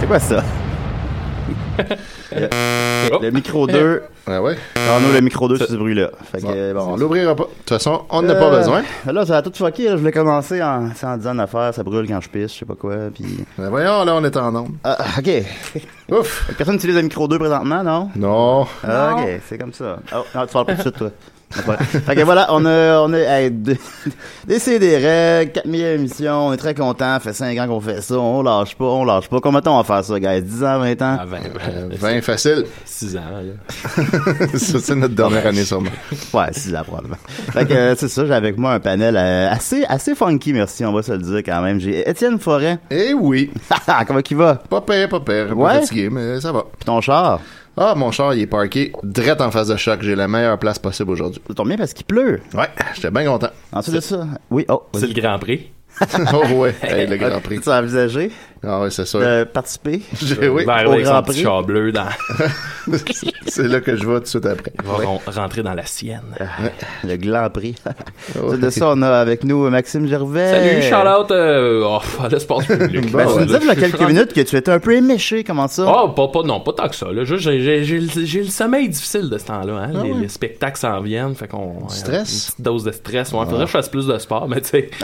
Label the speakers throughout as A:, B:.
A: C'est quoi ça? Le- Le micro 2.
B: Ah ouais?
A: Arnaud, le micro 2 sur ce bruit-là. Fait que, euh, bon,
B: On
A: on
B: l'ouvrira pas. De toute façon, on n'a pas
A: Euh,
B: besoin.
A: Là, ça a tout fucké. là. Je voulais commencer en, c'est en disant une affaire, ça brûle quand je pisse, je sais pas quoi. Puis...
B: Mais Ben voyons, là, on est en nombre.
A: Ah, ok.
B: Ouf!
A: Personne n'utilise le micro 2 présentement, non?
B: Non.
A: Ah, ok, c'est comme ça. Oh, non, tu parles pas tout de suite, toi. D'accord. fait que voilà, on a, on a hey, de- Décidérez, 4000 émissions, on est très contents, fait 5 ans qu'on fait ça, on lâche pas, on lâche pas. Combien de temps on va faire ça, guys? 10 ans, 20 ans?
C: À 20,
B: Euh, 20 facile.
C: 6 ans. là.
B: Ça, c'est notre dernière année, sûrement.
A: Ouais, c'est là, probablement. Fait que, euh, c'est ça, j'ai avec moi un panel euh, assez, assez funky, merci, on va se le dire quand même. J'ai Étienne Forêt.
B: Eh oui.
A: Comment qu'il va?
B: Pas pire, pas pire. Pas
A: Ouais.
B: fatigué, mais ça va.
A: Puis ton char?
B: Ah, mon char, il est parké direct en face de choc. J'ai la meilleure place possible aujourd'hui.
A: Ça tombe bien parce qu'il pleut.
B: Ouais, j'étais bien content.
A: Ensuite de ça, oui, oh,
C: C'est le Grand Prix.
B: oh ouais, Hey, le Grand Prix.
A: tu as envisagé
B: Ah ouais, c'est sûr.
A: de participer.
B: J'ai- oui,
C: Vers
A: au
C: avec
A: Grand
C: son petit
A: Prix.
C: char bleu, dans...
B: c'est là que je vais tout de suite après.
C: il va ron- rentrer dans la sienne.
A: Le gland prix. Ensuite de ça, on a avec nous Maxime Gervais.
C: Salut, shout-out euh, oh, à l'espace public.
B: Bon,
A: Ben, tu
B: ouais.
A: nous disais il y a
C: Je suis
A: quelques minutes que tu étais un peu éméché, comment ça?
C: Ah, pas, pas, non, pas tant que ça. Là. Juste, J'ai, j'ai- j'ai le- j'ai le sommeil difficile de ce temps-là.
A: Ah
C: Hein? les, les spectacles s'en viennent. Fait qu'on,
B: stress?
C: Une petite dose de stress. Ouais, Faudrait que je fasse plus de sport, mais tu sais.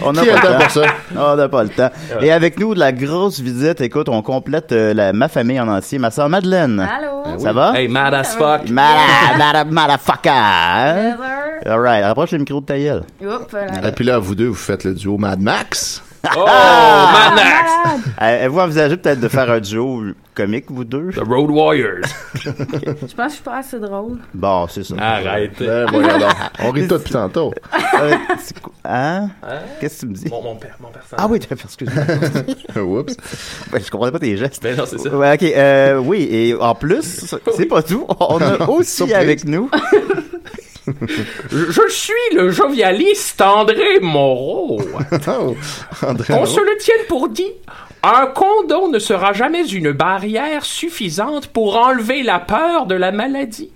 A: on n'a
B: Qui a le
A: pas
B: temps
A: le
B: pour
A: temps.
B: ça?
A: On n'a pas le temps. Et avec nous, de la grosse visite. Écoute, on complète euh, la, ma famille en entier. Ma soeur Madeleine.
D: Allô?
A: Ça va?
C: hey, mad as
A: Ah.
C: fuck.
A: Mada- mada- Motherfucker! hein?
D: Heather?
A: All right, rapproche le micro de ta gueule.
D: Oups, là.
B: Et puis là, vous deux, vous faites le duo Mad Max.
A: Ah.
C: Oh, Mad Max.
A: Euh, Avez-vous envisagé peut-être de faire un duo comique, vous deux?
C: The Road Warriors.
D: Je pense que je suis pas assez drôle.
A: Bon, c'est ça.
C: Arrête.
B: Ben, voyons donc. On rit tout depuis tantôt.
A: Euh, c'est quoi- Hein? Qu'est-ce que tu me dis?
C: Mon, mon père, mon personnage.
A: Ah oui, t'as- excuse-moi.
B: Oups.
A: Ben, je comprenais pas tes gestes.
C: Ben non, c'est ça.
A: Ouais, ok. euh, oui, et en plus, c'est pas tout. On a aussi
B: Surprise.
A: avec nous.
C: Je, je suis le jovialiste André Moreau.
B: Oh, André
C: On
B: Moreau.
C: se le tienne pour dit. Un condom ne sera jamais une barrière suffisante pour enlever la peur de la maladie.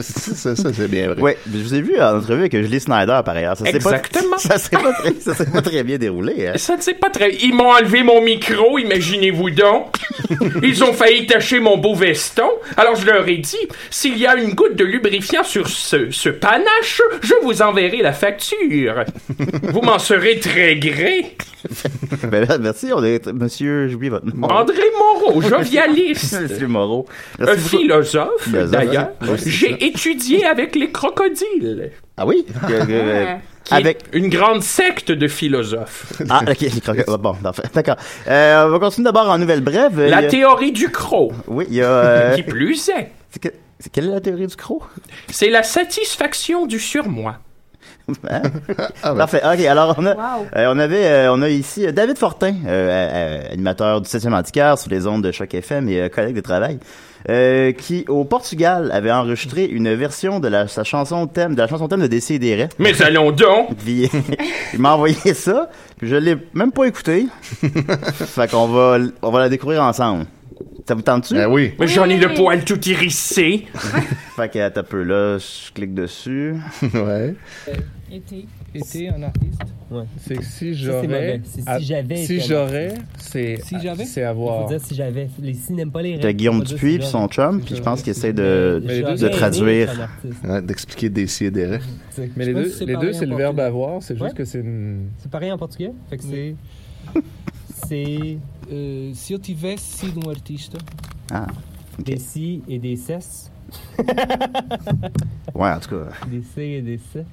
B: ça, ça, c'est bien vrai.
A: Ouais, je vous ai vu en entrevue avec Julie Snyder par ailleurs. Ça s'est pas-
C: Exactement.
A: ça s'est pas, très- ça s'est pas très bien déroulé. hein.
C: Ça ne s'est pas très... Ils m'ont enlevé mon micro, imaginez-vous donc. Ils ont failli tacher mon beau veston. Alors je leur ai dit, s'il y a une goutte de lubrifiant sur ce, ce panache, je vous enverrai la facture. Vous m'en serez très gré.
A: Ben, ben, merci. On est Monsieur, j'oublie votre nom.
C: André Moreau, jovialiste.
A: Monsieur Moreau.
C: Un
A: Merci beaucoup.
C: philosophe,
A: Philosophe,
C: d'ailleurs.
A: ouais, c'est ça.
C: J'ai étudié avec les crocodiles.
A: Ah oui. Que- que- euh,
C: qui est
A: Avec
C: une grande secte de philosophes.
A: ah ok les croquettes. bon parfait. d'accord Euh, on va continuer d'abord en nouvelle brève Il y
C: La
A: a-
C: théorie du croc,
A: oui il y a euh,
C: qui plus est,
A: c'est que- c'est- quelle est la théorie du croc
C: c'est la satisfaction du surmoi.
A: Hein?
B: Ah, ben.
A: Parfait. OK, alors on a
D: Wow.
A: euh, on avait euh, on a ici euh, David Fortin, euh, euh, euh, animateur du 7e antiquaire sur les ondes de Choc FM et euh, collègue de travail. euh, qui au Portugal avait enregistré une version de la sa chanson thème de la chanson thème de Décideret.
C: Mais allons donc!
A: Puis il m'a envoyé ça, puis je l'ai même pas écouté. fait qu'on va l- on va la découvrir ensemble. Ça vous tente-tu
B: Ben oui.
C: Mais j'en ai le poil tout irrissé.
A: Fait que attends un peu là, je clique dessus.
B: Ouais.
E: Été.
F: été un artiste.
E: Ouais.
F: C'est que si
E: Ça, c'est
F: j'aurais.
E: mauvais. C'est
F: à-
E: Si j'avais.
F: Si
E: été un
F: j'aurais, c'est.
E: Si j'avais?
F: C'est
E: artiste.
F: avoir.
E: Faut dire si j'avais. Les si n'aiment pas les règles.
A: T'as Guillaume
E: Faut dire
A: Dupuis
E: si
A: puis
E: j'aurais.
A: son chum, puis je pense qu'il essaie de
E: Mais
A: de
E: j'aurais aimé
A: traduire.
E: être un artiste.
B: Ouais, Hein, D'expliquer des si et des rêves.
E: C'est-
F: Mais
E: je
F: les deux,
E: sais pas si c'est
F: les
E: pareil
F: deux,
E: en
F: c'est le
E: portugais.
F: verbe avoir, c'est juste
E: Ouais.
F: que c'est une.
E: C'est pareil en portugais. Fait que c'est. C'est
G: Eh, se eu tivesse sido um artista,
A: Ah, Ok.
E: des si et des cesses.
A: Ouais, en tout cas,
E: Des c et des c.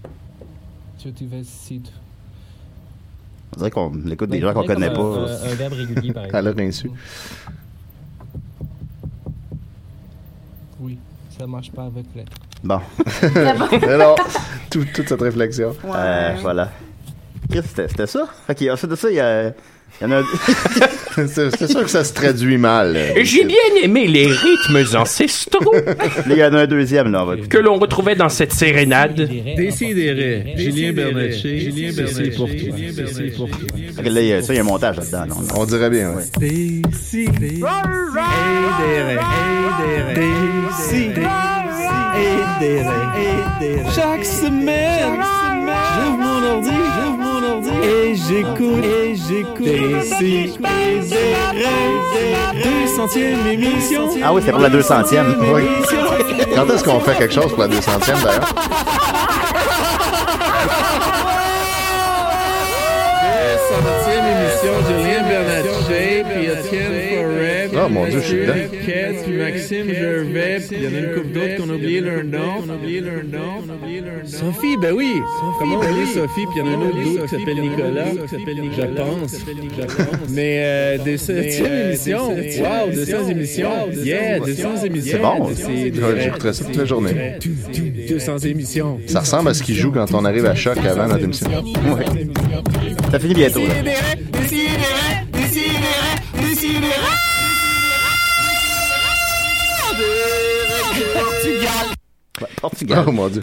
G: se eu tivesse sido.
A: on dirait qu'on écoute des gens qu'on connaît pas.
H: euh,
E: Un, un verbe régulier, par
B: À
E: exemple.
B: leur insu.
G: Oui, ça marche pas avec lettres.
A: Bon,
B: Alors, tout- toute cette réflexion.
D: Ouais.
A: euh, voilà. Chris, C'était c'était ça? Fait qu'il y a- ensuite de ça, il y, a, il y en a un.
B: C'est c'est sûr que ça se traduit mal. euh,
C: J'ai bien aimé les rythmes ancestraux
A: là, il y en a un deuxième, là. On va
C: que l'on retrouvait dans cette sérénade.
E: Décidéré.
I: Julien Bernatchez, Julien Bernatchez, Julien
A: Fait que là, il y a, ça, il y a un montage là-dedans. non, non.
B: On dirait bien, ouais.
G: Chaque semaine, j'ouvre mon ordi, j'ouvre mon ordi et
I: j'écoute et j'écoute ici. 200e émission.
A: Ah oui, c'est pour la 200e.
B: Oui. Quand est-ce qu'on fait quelque chose pour la 200e d'ailleurs?
I: Centième émission, Julien Ah, Bernatchez, puis Étienne Forêt, puis
B: Ah, mon Dieu, je suis
I: Mathieu
B: dedans.
I: Niquette, puis Maxime Gervais, puis il y en a une couple d'autres qu'on a oublié leur nom. Sophie, ben oui! Comment on oublie Sophie, puis il y en a un autre d'autre qui s'appelle Nicolas, je pense. Mais euh, des centième émission, wow, des centième émission, yeah, des centième émission.
A: C'est bon.
I: C'est des-
B: J'écouterai ça toute la journée.
I: 200 émissions.
B: Ça ressemble à ce qu'ils jouent quand on arrive à choc avant notre émission.
A: Ça finit bientôt, là. Ouais, Portugal.
B: Oh mon dieu.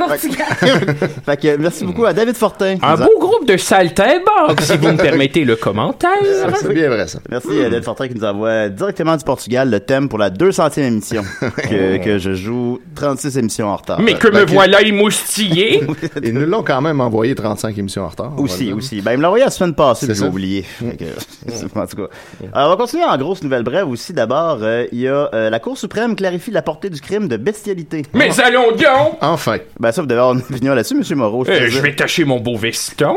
A: Fait que merci beaucoup à David
J: Un
A: Fortin.
C: Ah,
A: Nous a-
J: beau groupe de saltimbanques, si vous me permettez le commentaire.
B: C'est bien vrai ça.
A: Merci à David Fortin qui nous envoie directement du Portugal le thème pour la 200e émission que, que je joue 36 émissions en retard.
J: Mais que
B: ben,
J: me
B: que-
J: voilà émoustillé.
B: Ils nous l'ont quand même envoyé 35 émissions en retard. on va le
A: Aussi,
B: dire.
A: aussi. Ben, il me l'a envoyé la semaine passée,
B: hein. C'est
A: puis j'ai
B: ça.
A: oublié. Fait que, en tout cas. Alors, on va continuer en grosse nouvelle brève aussi. D'abord, euh, il y a euh, la Cour suprême clarifie la portée du crime de bestialité.
J: Mais allons donc!
B: Enfin.
A: Ben, ça, vous devez avoir une opinion là-dessus, Monsieur Moreau. je
J: Euh,
A: te
J: je
A: jure.
J: vais tacher mon beau veston.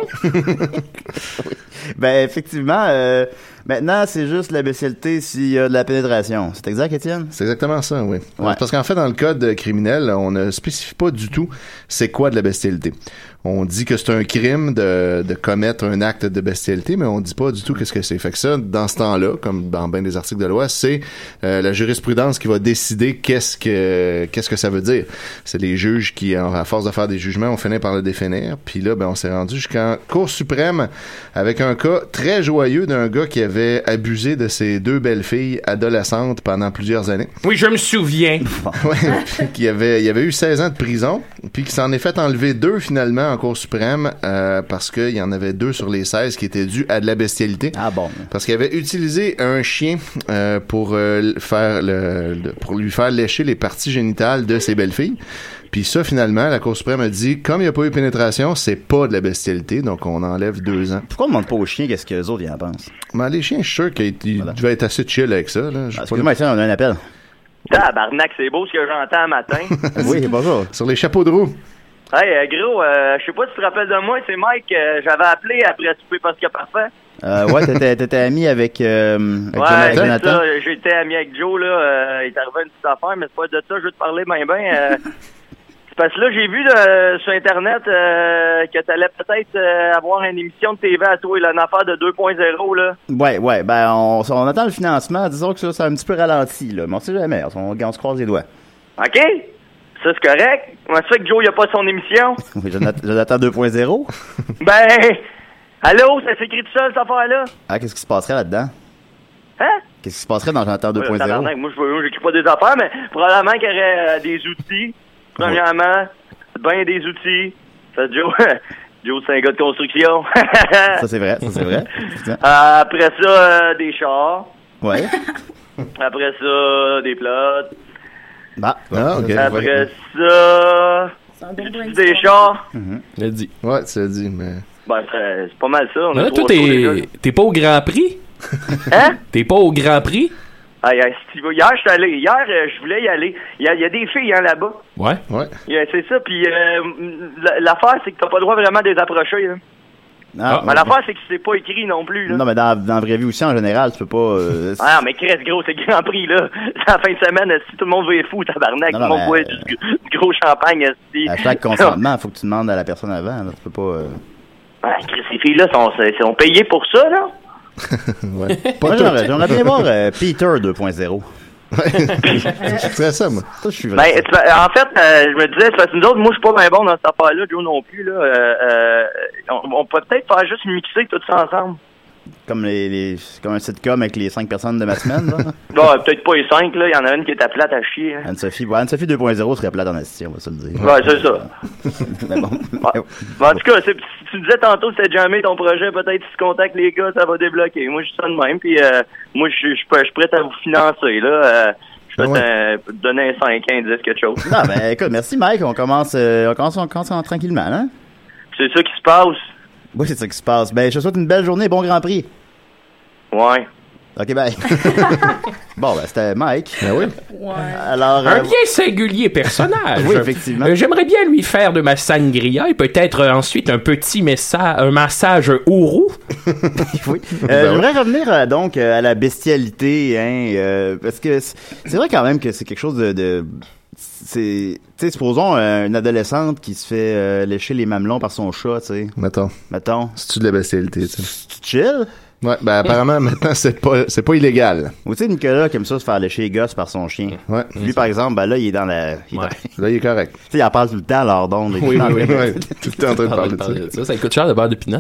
A: Ben, effectivement, euh, maintenant, c'est juste la bestialité s'il y a de la pénétration. C'est exact, Étienne?
B: C'est exactement ça, oui.
A: Ouais.
B: Parce qu'en fait, dans le code criminel, on ne spécifie pas du tout c'est quoi de la bestialité. On dit que c'est un crime de, de commettre un acte de bestialité, mais on dit pas du tout qu'est-ce que c'est. Fait que ça, dans ce temps-là, comme dans bien des articles de loi, c'est euh, la jurisprudence qui va décider qu'est-ce que qu'est-ce que ça veut dire. C'est les juges qui, à force de faire des jugements, ont fini par le définir. Puis là, ben, on s'est rendu jusqu'en Cour suprême avec un cas très joyeux d'un gars qui avait abusé de ses deux belles filles adolescentes pendant plusieurs années.
J: Oui, je me souviens.
B: Ouais, qui avait, il avait eu 16 ans de prison, puis qui s'en est fait enlever deux finalement en Cour suprême euh, parce qu'il y en avait deux sur les 16 qui étaient dus à de la bestialité.
A: Ah bon.
B: Parce qu'il avait utilisé un chien euh, pour euh, le- faire le, le- pour lui faire lécher les parties génitales de ses belles-filles. Puis ça, finalement, la Cour suprême a dit, comme il n'y a pas eu pénétration, c'est pas de la bestialité, donc on enlève deux ans.
A: Pourquoi on demande pas aux chiens qu'est-ce que les autres y en pensent? Ah,
B: Mais les chiens, je suis sûr qu'ils ils
A: Voilà.
B: devaient être assez chill avec ça. Là. Je
A: Ah,
B: sais pas
A: Excuse-moi, Étienne, on a un appel.
K: Tabarnak, c'est beau ce que j'entends matin.
A: Oui, bonjour.
B: Sur les chapeaux de roue.
K: hey, euh, gros, euh, je sais pas si tu te rappelles de moi, c'est Mike, euh, j'avais appelé après Souper Parce que Parfait.
A: Euh, ouais, t'étais, t'étais ami avec, euh, avec
K: ouais,
A: Jonathan.
K: c'est ça, j'étais ami avec Joe, là, euh, il est arrivé une petite affaire, mais c'est pas de ça, je veux te parler ben ben. euh, c'est parce que là, j'ai vu là, sur Internet euh, que t'allais peut-être euh, avoir une émission de TV à toi, là, une affaire de 2.0, là.
A: Ouais, ouais, ben on, on attend le financement. Disons que ça, c'est un petit peu ralenti, là. Mais on sait jamais. On, on se croise les doigts.
K: OK? Ça, c'est correct? Comment ça fait que Joe, il a pas son émission?
A: Oui, Jonathan Jonathan 2.0.
K: ben, allô, ça s'écrit tout seul, cette affaire-là?
A: Ah, qu'est-ce qui se passerait là-dedans?
K: Hein?
A: Qu'est-ce qui se passerait dans Jonathan
K: Ouais,
A: 2.0?
K: Euh, tabarnak, Moi, je veux- j'écris pas des affaires, mais probablement qu'il y aurait euh, des outils. Premièrement, ben des outils. Ça, Joe, Joe c'est un gars de construction.
A: Ça, c'est vrai, ça, c'est vrai. Putain.
K: Euh, Après ça, euh, des chars.
A: Ouais.
K: Après ça, des plots.
A: Bah,
B: Ah, ok.
K: Après ça,
D: C'est un bon
K: des,
D: brainstorm.
K: des chars.
J: Elle dit.
B: Ouais, tu l'as dit, mais...
K: Ben, c'est c'est pas mal ça. On a
J: Là,
K: trois
J: toi,
K: tours déjà.
J: t'es t'es pas au Grand Prix?
K: Hein?
J: T'es pas au Grand Prix?
K: Aïe, aïe, si tu veux. Hier, je suis allé. Hier, euh, je voulais y aller. Il y, a- il y a des filles hein, là-bas.
J: Ouais.
B: Ouais.
K: Il y a- C'est ça. Puis euh, l- l'affaire, c'est que t'as pas le droit vraiment de les approcher. là.
A: ah,
K: Mais l'affaire, c'est que c'est pas écrit non plus. Là.
A: Non, mais dans, dans la vraie vie aussi, en général, tu peux pas. euh,
K: Ah non, mais Chris, gros, c'est le Grand Prix, là. C'est la fin de semaine, si tout le monde veut être fou, tabarnak,
A: Non,
K: tout le
A: non,
K: monde
A: mais- Ah,
K: boit du, du gros champagne, si.
A: à chaque consentement, faut que tu demandes à la personne avant. Là, tu peux pas. euh,
K: Ah, Chris, ces filles-là sont, sont payées pour ça, là.
B: Ouais.
A: Moi,
B: Pas tout.
A: j'aimerais, j'aimerais bien voir euh, Peter 2.0.
B: Je ferais ça, moi.
A: Ça, je suis
K: Ben,
A: vrai.
K: c'est pas- en fait, euh, je me disais, c'est parce que nous autres, moi, je suis pas bien bon dans cette affaire-là, Joe non plus, là. Euh, euh, on, on peut peut-être faire juste mixer tout ça ensemble.
A: Comme, les, les- comme un sitcom avec les 5 personnes de ma semaine. là.
K: Bon, euh, peut-être pas les cinq, là. Il y en a une qui était plate à chier. hein.
A: Anne-Sophie, ouais, Anne-Sophie 2.0 serait plate en esti, on va se le dire.
K: Ouais, c'est ça.
A: Mais bon.
K: Ouais. Ben, en tout cas, c'est- si tu me disais tantôt que c'était jamais ton projet, peut-être si tu contactes les gars, ça va débloquer. Moi, je suis ça de même, puis euh, moi, je je suis prêt- je suis prêt à vous financer, là. Euh, je peux
B: Ah ouais.
K: te euh, donner un 5, un 10, quelque chose.
A: Non, ben écoute, merci Mike, on commence, euh, on commence, on commence en- tranquillement, hein?
K: C'est ça qui se passe.
A: Oui, c'est ça qui se passe. Ben, je te souhaite une belle journée, bon Grand Prix.
K: Ouais.
A: OK, bye. bon, ben, c'était Mike.
B: Ben oui.
A: Alors,
C: Un
A: euh,
C: bien singulier personnage.
A: Oui, effectivement.
C: Euh, J'aimerais bien lui faire de ma sangria et peut-être euh, ensuite un petit messa un massage au roux.
A: oui. Euh,
B: Ben
A: J'aimerais revenir euh, donc euh, à la bestialité, hein, euh, parce que c- c'est vrai quand même que c'est quelque chose de... de- c'est, tu sais, supposons euh, une adolescente qui se fait euh, lécher les mamelons par son chat, tu sais,
B: Mettons,
A: mettons,
B: c'est-tu de la bestialité, tu sais?
A: tu chill?
B: Ouais, ben apparemment, maintenant, c'est pas, c'est pas illégal.
A: Ou tu sais, Nicolas qui aime ça se faire lécher les gosses par son chien.
B: Ouais.
A: Lui, par exemple, ben là, il est dans la... il est dans-
L: Ouais.
A: Tu
B: Là, il est correct.
A: sais, il en parle tout le temps, alors donc.
L: Oui, oui, oui.
B: Ouais, tout le temps en train
L: Parler
B: de parler
L: de
B: de ça.
L: parler de ça. Ça coûte cher le beurre de pinot.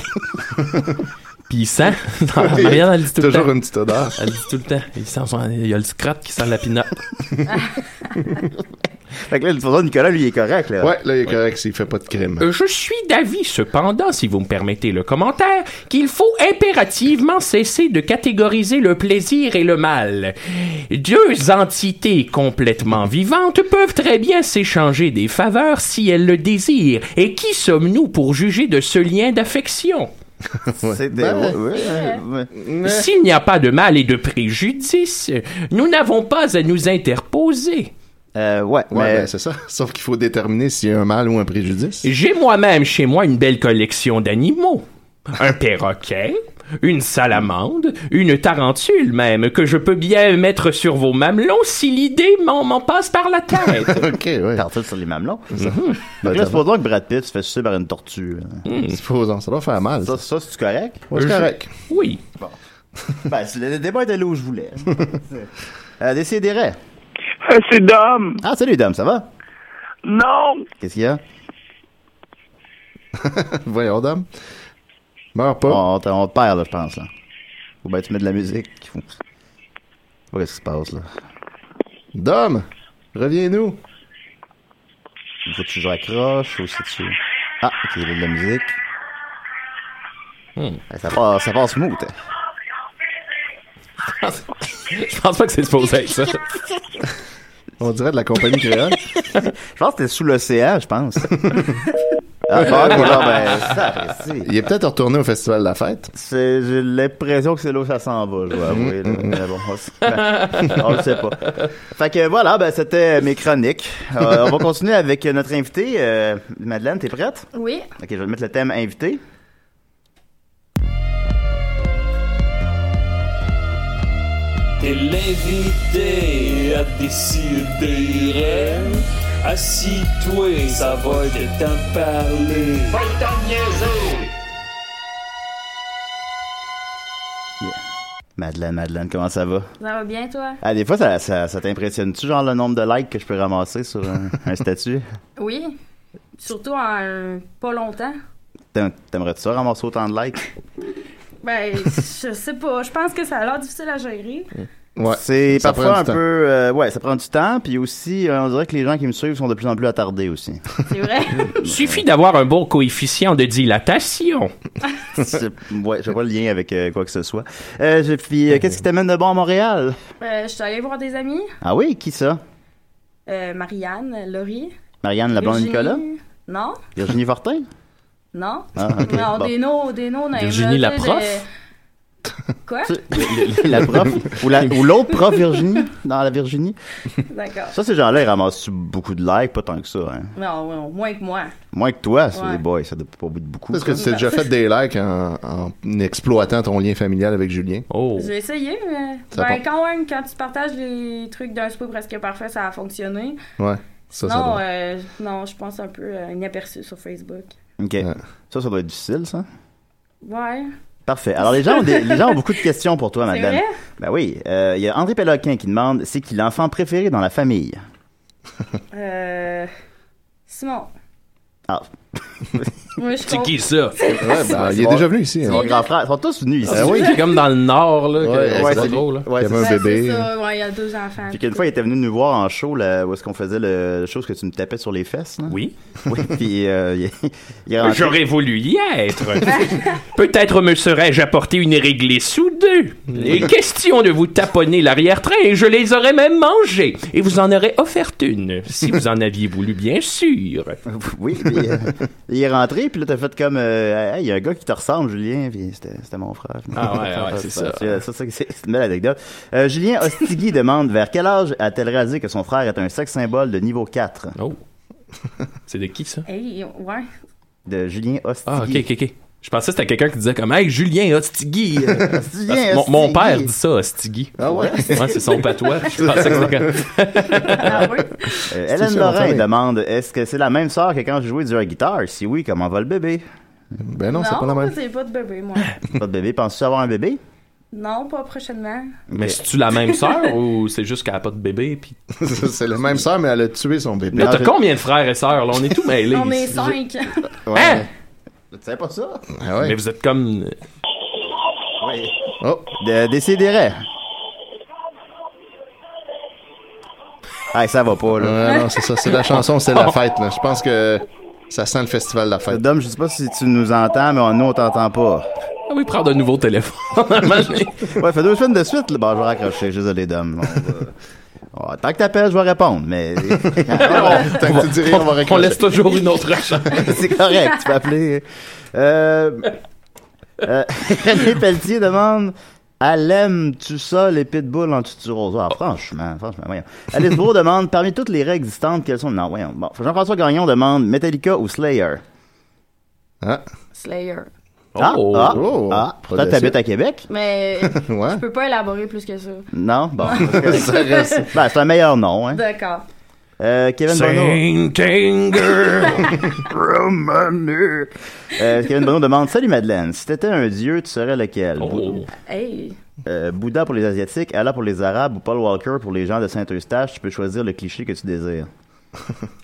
L: Puis il sent. Non,
B: Oui,
L: Marianne, elle dit tout le
B: Toujours
L: temps.
B: une petite odeur.
L: Elle dit tout le temps. Il, sent son- il y a le scrap qui sent la pinotte.
A: Fait que là, de toute façon, Nicolas, lui, il est correct, là.
B: Ouais, là, il est correct s'il fait pas de crime.
C: Euh, Je suis d'avis, cependant, si vous me permettez le commentaire, qu'il faut impérativement cesser de catégoriser le plaisir et le mal. Deux entités complètement vivantes peuvent très bien s'échanger des faveurs si elles le désirent. Et qui sommes-nous pour juger de ce lien d'affection?
A: C'est des-
B: Ben,
A: ouais, ouais, ouais.
C: S'il n'y a pas de mal et de préjudice, nous n'avons pas à nous interposer.
A: Euh, ouais,
B: Ouais,
A: mais...
B: ben, c'est ça. Sauf qu'il faut déterminer s'il y a un mal ou un préjudice.
C: J'ai moi-même chez moi une belle collection d'animaux. Un perroquet, une salamande, une tarentule même, que je peux bien mettre sur vos mamelons si l'idée m'en m'en passe par la tête.
B: OK, ouais.
A: Tartuffe sur les mamelons. Mm-hmm.
B: Ben,
A: Fait que là, supposons que Brad Pitt se fait sucer par une tortue. là.
B: Supposons, ça doit faire mal.
A: Ça,
B: Ben, Ça,
A: ça c'est correct?
B: Ouais, c'est correct.
C: Oui.
A: Ben, c'est- le débat est allé où je voulais. euh, Décidérez.
K: Euh, C'est Dom.
A: Ah, salut, dame, ça va?
K: Non.
A: Qu'est-ce qu'il y a?
B: Voyons, dame. Meurs
L: Ah.
B: pas.
A: On, on te- on te perd, là, je pense, là. Ou ben, tu mets de la musique. Faut- Ouais, qu'est-ce qui se passe, là?
B: Dom, reviens-nous.
A: Faut que tu joues à croche ou si tu... Ah, ok, il y a de la musique. Ben, ça, passe, ça passe smooth. hein.
L: Je pense pas que c'est supposé être ça.
B: On dirait de la compagnie créole.
A: Je pense que t'es sous l'océan, je pense. ah, fuck, ou genre, ben, ça, c'est...
B: Il est peut-être retourné au festival de la fête.
A: C'est- J'ai l'impression que c'est là où ça s'en va, je dois avouer. là. Mais bon, on, s- ben, on le sait pas. Fait que voilà, ben, c'était mes chroniques. Euh, on va continuer avec notre invité. Euh, Madeleine, t'es prête?
D: Oui.
A: Ok, je vais mettre le thème invité.
G: T'es l'invité à décider. Assis-toi, ça va être temps de parler.
A: Madeleine, Madeleine, comment ça va?
D: Ça va bien, toi?
A: Ah, des fois, ça, ça, ça t'impressionne-tu, genre, le nombre de likes que je peux ramasser sur un, un statut?
D: Oui. Surtout en euh, pas longtemps.
A: T'aim- T'aimerais-tu ça ramasser autant de likes?
D: Ben, je sais pas. Je pense que ça a l'air difficile à gérer.
B: Ouais.
A: C'est
B: ça prend
A: parfois
B: du
A: un
B: temps.
A: peu... euh, ouais, ça prend du temps, puis aussi, euh, on dirait que les gens qui me suivent sont de plus en plus attardés aussi.
D: C'est vrai?
C: Suffit d'avoir un bon coefficient de dilatation.
A: C'est- ouais, j'ai pas le lien avec euh, quoi que ce soit. Euh, je- puis, euh, qu'est-ce qui t'amène de bon à Montréal?
D: Euh, je suis allée voir des amis.
A: Ah oui, qui ça?
D: Euh, Marianne, Laurie.
A: Marianne la blonde
D: Virginie.
A: Nicolas?
D: Non,
A: Virginie Fortin?
D: non.
A: Ah, ok.
D: Non,
A: Bon.
D: des noms, des noms. on a
L: Virginie, la
D: inventé
L: prof?
D: des- Quoi?
A: La prof? ou, la- ou l'autre prof Virginie? Dans la Virginie?
D: D'accord.
A: Ça, ces gens-là, ils ramassent beaucoup de likes, pas tant que ça. Hein.
D: Non, non, moins que moi.
A: Moins que toi, c'est
D: Ouais.
A: les boys, ça doit pas bout de beaucoup. hein.
B: Est-ce que tu t'es déjà fait des likes en, en exploitant ton lien familial avec Julien?
L: Oh.
D: J'ai essayé, mais
B: Ça
D: ben,
B: part-
D: quand même, quand tu partages les trucs d'un spoil presque parfait, ça a fonctionné.
B: Ouais. Ça, ça
D: non,
B: doit.
D: euh, non, je pense un peu euh, inaperçu sur Facebook.
A: Ok. Ça, ça doit être difficile, ça.
D: Ouais.
A: Parfait. Alors, les gens ont, des- les gens ont beaucoup de questions pour toi,
D: C'est
A: madame.
D: vrai?
A: Ben oui. Euh, Il y a André Péloquin qui demande c'est qui l'enfant préféré dans la famille?
D: Euh, Simon.
A: Ah.
D: Moi, je
L: C'est
D: comprends-
L: qui ça?
B: Ouais, ben, il est
A: bon.
B: déjà venu ici. hein.
A: Mon grand frère, ils sont tous venus ici.
L: Ah oui, c'est comme dans le nord, là.
B: Ouais,
L: que-
B: ouais,
L: c'est
A: c'est
L: drôle, là.
A: Ouais,
B: Il y
A: c'est
B: avait un
D: Ouais,
B: bébé.
D: c'est ça, ouais, il y a deux enfants.
A: Puis qu'une fois, il était venu nous voir en show, là, où est-ce qu'on faisait le chose que tu me tapais sur les fesses, là.
C: Oui.
A: Oui, puis euh, il, il est rentré-
C: J'aurais voulu y être. Peut-être me serais-je apporté une réglisse ou deux. Et question de vous taponner l'arrière-train, et je les aurais même mangés. Et vous en aurez offert une, si vous en aviez voulu, bien sûr.
A: Oui, puis, euh, il est rentré, puis là, t'as fait comme. euh, Hey, il y a un gars qui te ressemble, Julien, puis c'était c'était mon frère.
C: Ah ouais, ouais, c'est ça.
A: C'est ça, c'est- c'est une belle anecdote. Euh, Julien Ostigui demande vers quel âge a-t-elle réalisé que son frère est un sex symbole de niveau 4
C: Oh. C'est de qui ça
D: Hey, ouais.
A: De Julien Ostigui.
C: Ah, ok, ok, ok. Je pensais que c'était quelqu'un qui disait comme Hey, Julien ah, Ostigui.
A: Julien
C: mon, mon
A: Ostigui.
C: père dit ça, Ostigui.
A: Ah ouais?
C: c'est son patois. Je pensais que c'était comme.
D: Ah,
A: Euh,
C: C'est
A: Hélène
C: sûr,
A: Lorrain
C: on savait.
A: demande est-ce que c'est la même sœur que quand je jouais du la guitare Si oui, comment va le bébé Ben
D: c'est pas de bébé, moi.
A: Pas de bébé. Penses-tu avoir un bébé
D: non, pas prochainement.
C: Mais c'est-tu la même sœur ou c'est juste qu'elle a pas de bébé? Puis...
B: c'est la même sœur, mais elle a tué son bébé.
C: Là,
B: Non,
C: t'as
B: je-
C: combien de frères et sœurs? Là, on est tout mêlés.
D: On est
C: ici.
D: cinq.
A: Ouais.
C: Hein?
A: Tu savais pas ça
B: Ah
C: Mais vous êtes comme.
A: Oui.
B: Oh.
A: De, Décidérez. Ah, ça va pas, là.
B: Ouais, non, c'est ça, c'est la chanson, c'est la fête. là. Je pense que ça sent le festival de la fête.
A: Dom, je sais pas si tu nous entends, mais on- nous, on t'entend pas.
C: Ah oui, prendre un nouveau téléphone.
A: ouais, fait deux semaines de suite, là. Bon, je vais raccrocher, désolé, Dom. On va- Oh, tant que t'appelles, je vais répondre, mais.
B: Tant que tu dis rien, on va
C: On
B: raccrocher.
C: laisse toujours une autre chance.
A: C'est correct, tu peux appeler. Euh, euh, René Pelletier demande Elle aime-tu ça, les pitbulls en tutu rose Ah, franchement, franchement, voyons. Alice Bro demande Parmi toutes les règles existantes, quelles sont. Non, voyons. Bon, Jean-François Gagnon demande Metallica ou Slayer
B: Ah,
D: Slayer.
A: ah,
B: Oh.
A: ah,
B: Oh.
A: ah. Pourtant,
B: Progressif.
A: t'habites à Québec
D: Mais
A: Ouais.
D: je peux pas élaborer plus que ça.
A: Non Bon.
D: Ça reste-
A: Ben, c'est un meilleur nom, hein.
D: D'accord.
A: Euh, Kevin
C: Bono.
A: Euh, Kevin Bono demande Salut Madeleine, si t'étais un dieu, tu serais lequel
B: Oh.
C: Oh.
D: Hey.
A: Euh, Bouddha pour les Asiatiques, Allah pour les Arabes ou Paul Walker pour les gens de Saint-Eustache, tu peux choisir le cliché que tu désires.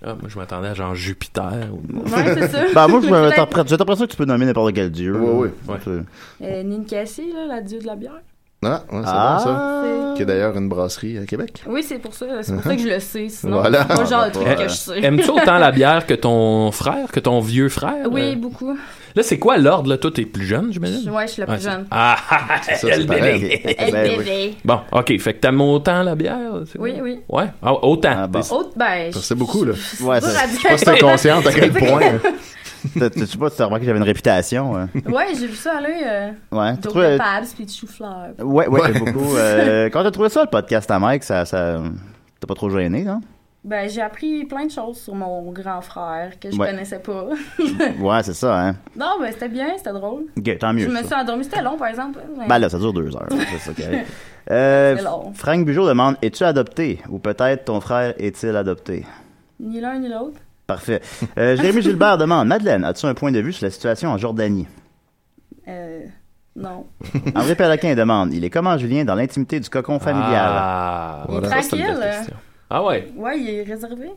C: Ah, moi, je m'attendais à genre Jupiter. Ou...
D: Ouais, c'est ça.
A: bah, moi, je m'interprète- j'ai l'impression que tu peux nommer n'importe quel dieu.
B: Oui,
A: oui.
D: Euh, Ninkasi, là, la dieu de la bière.
B: Ah, ouais, c'est
A: Ah.
B: bon, ça. Qui est d'ailleurs une brasserie à Québec.
D: Oui, c'est pour ça. C'est pour ça que je le sais. Sinon,
B: Voilà.
D: c'est pas le genre de truc
C: Euh,
D: que je sais.
C: Aimes-tu autant la bière que ton frère, que ton vieux frère?
D: Oui,
C: Euh,
D: beaucoup.
C: Là, c'est quoi l'ordre? Là, toi, t'es plus jeune, j'imagine?
D: Ouais, je suis la plus
C: c'est-
D: jeune.
C: Ah, ah, ah,
A: ça, c'est
C: elle
A: pareil.
C: bébé.
A: Elle
D: Ben, bébé. oui.
C: Bon, OK. Fait que t'aimes autant la bière? c'est
D: Oui,
C: quoi?
D: oui.
C: Ouais, ah, autant.
D: Autre, ben, je-
B: C'est beaucoup, là.
A: Ouais,
D: dur
A: ça-
D: à dire. Je sais pas si t'es consciente à quel point, hein.
A: T'as- t'as- Je sais pas si t'as remarqué que j'avais une réputation. hein.
D: Ouais, j'ai vu ça, là. Euh,
A: Ouais. Tu
D: D'autres
A: trouves-
D: Pabs puis de chou-fleur.
A: Ouais, ouais, t'as beaucoup. euh, quand t'as trouvé ça, le podcast à Mike, ça, ça- t'as pas trop gêné, non?
D: Ben, j'ai appris plein de choses sur mon grand frère que je
A: Ouais.
D: connaissais pas.
A: Ouais, c'est ça, hein.
D: non, ben, c'était bien, c'était drôle.
A: Ok, tant mieux.
D: Je me
A: ça.
D: suis endormie, c'était long, par exemple. hein, mais-
A: Ben là, ça dure deux heures. C'est ça qui arrive. Euh,
D: C'est long.
A: Franck Bugeaud demande Es-tu adopté Ou peut-être ton frère est-il adopté
D: Ni l'un ni l'autre.
A: Parfait. Euh, Jérémy Gilbert demande Madeleine, as-tu un point de vue sur la situation en Jordanie
D: Euh, non.
A: André Péloquin demande Il est comment Julien dans l'intimité du cocon familial
C: Ah,
D: Il est tranquille. euh,
C: Ah ouais.
D: Ouais, il est réservé.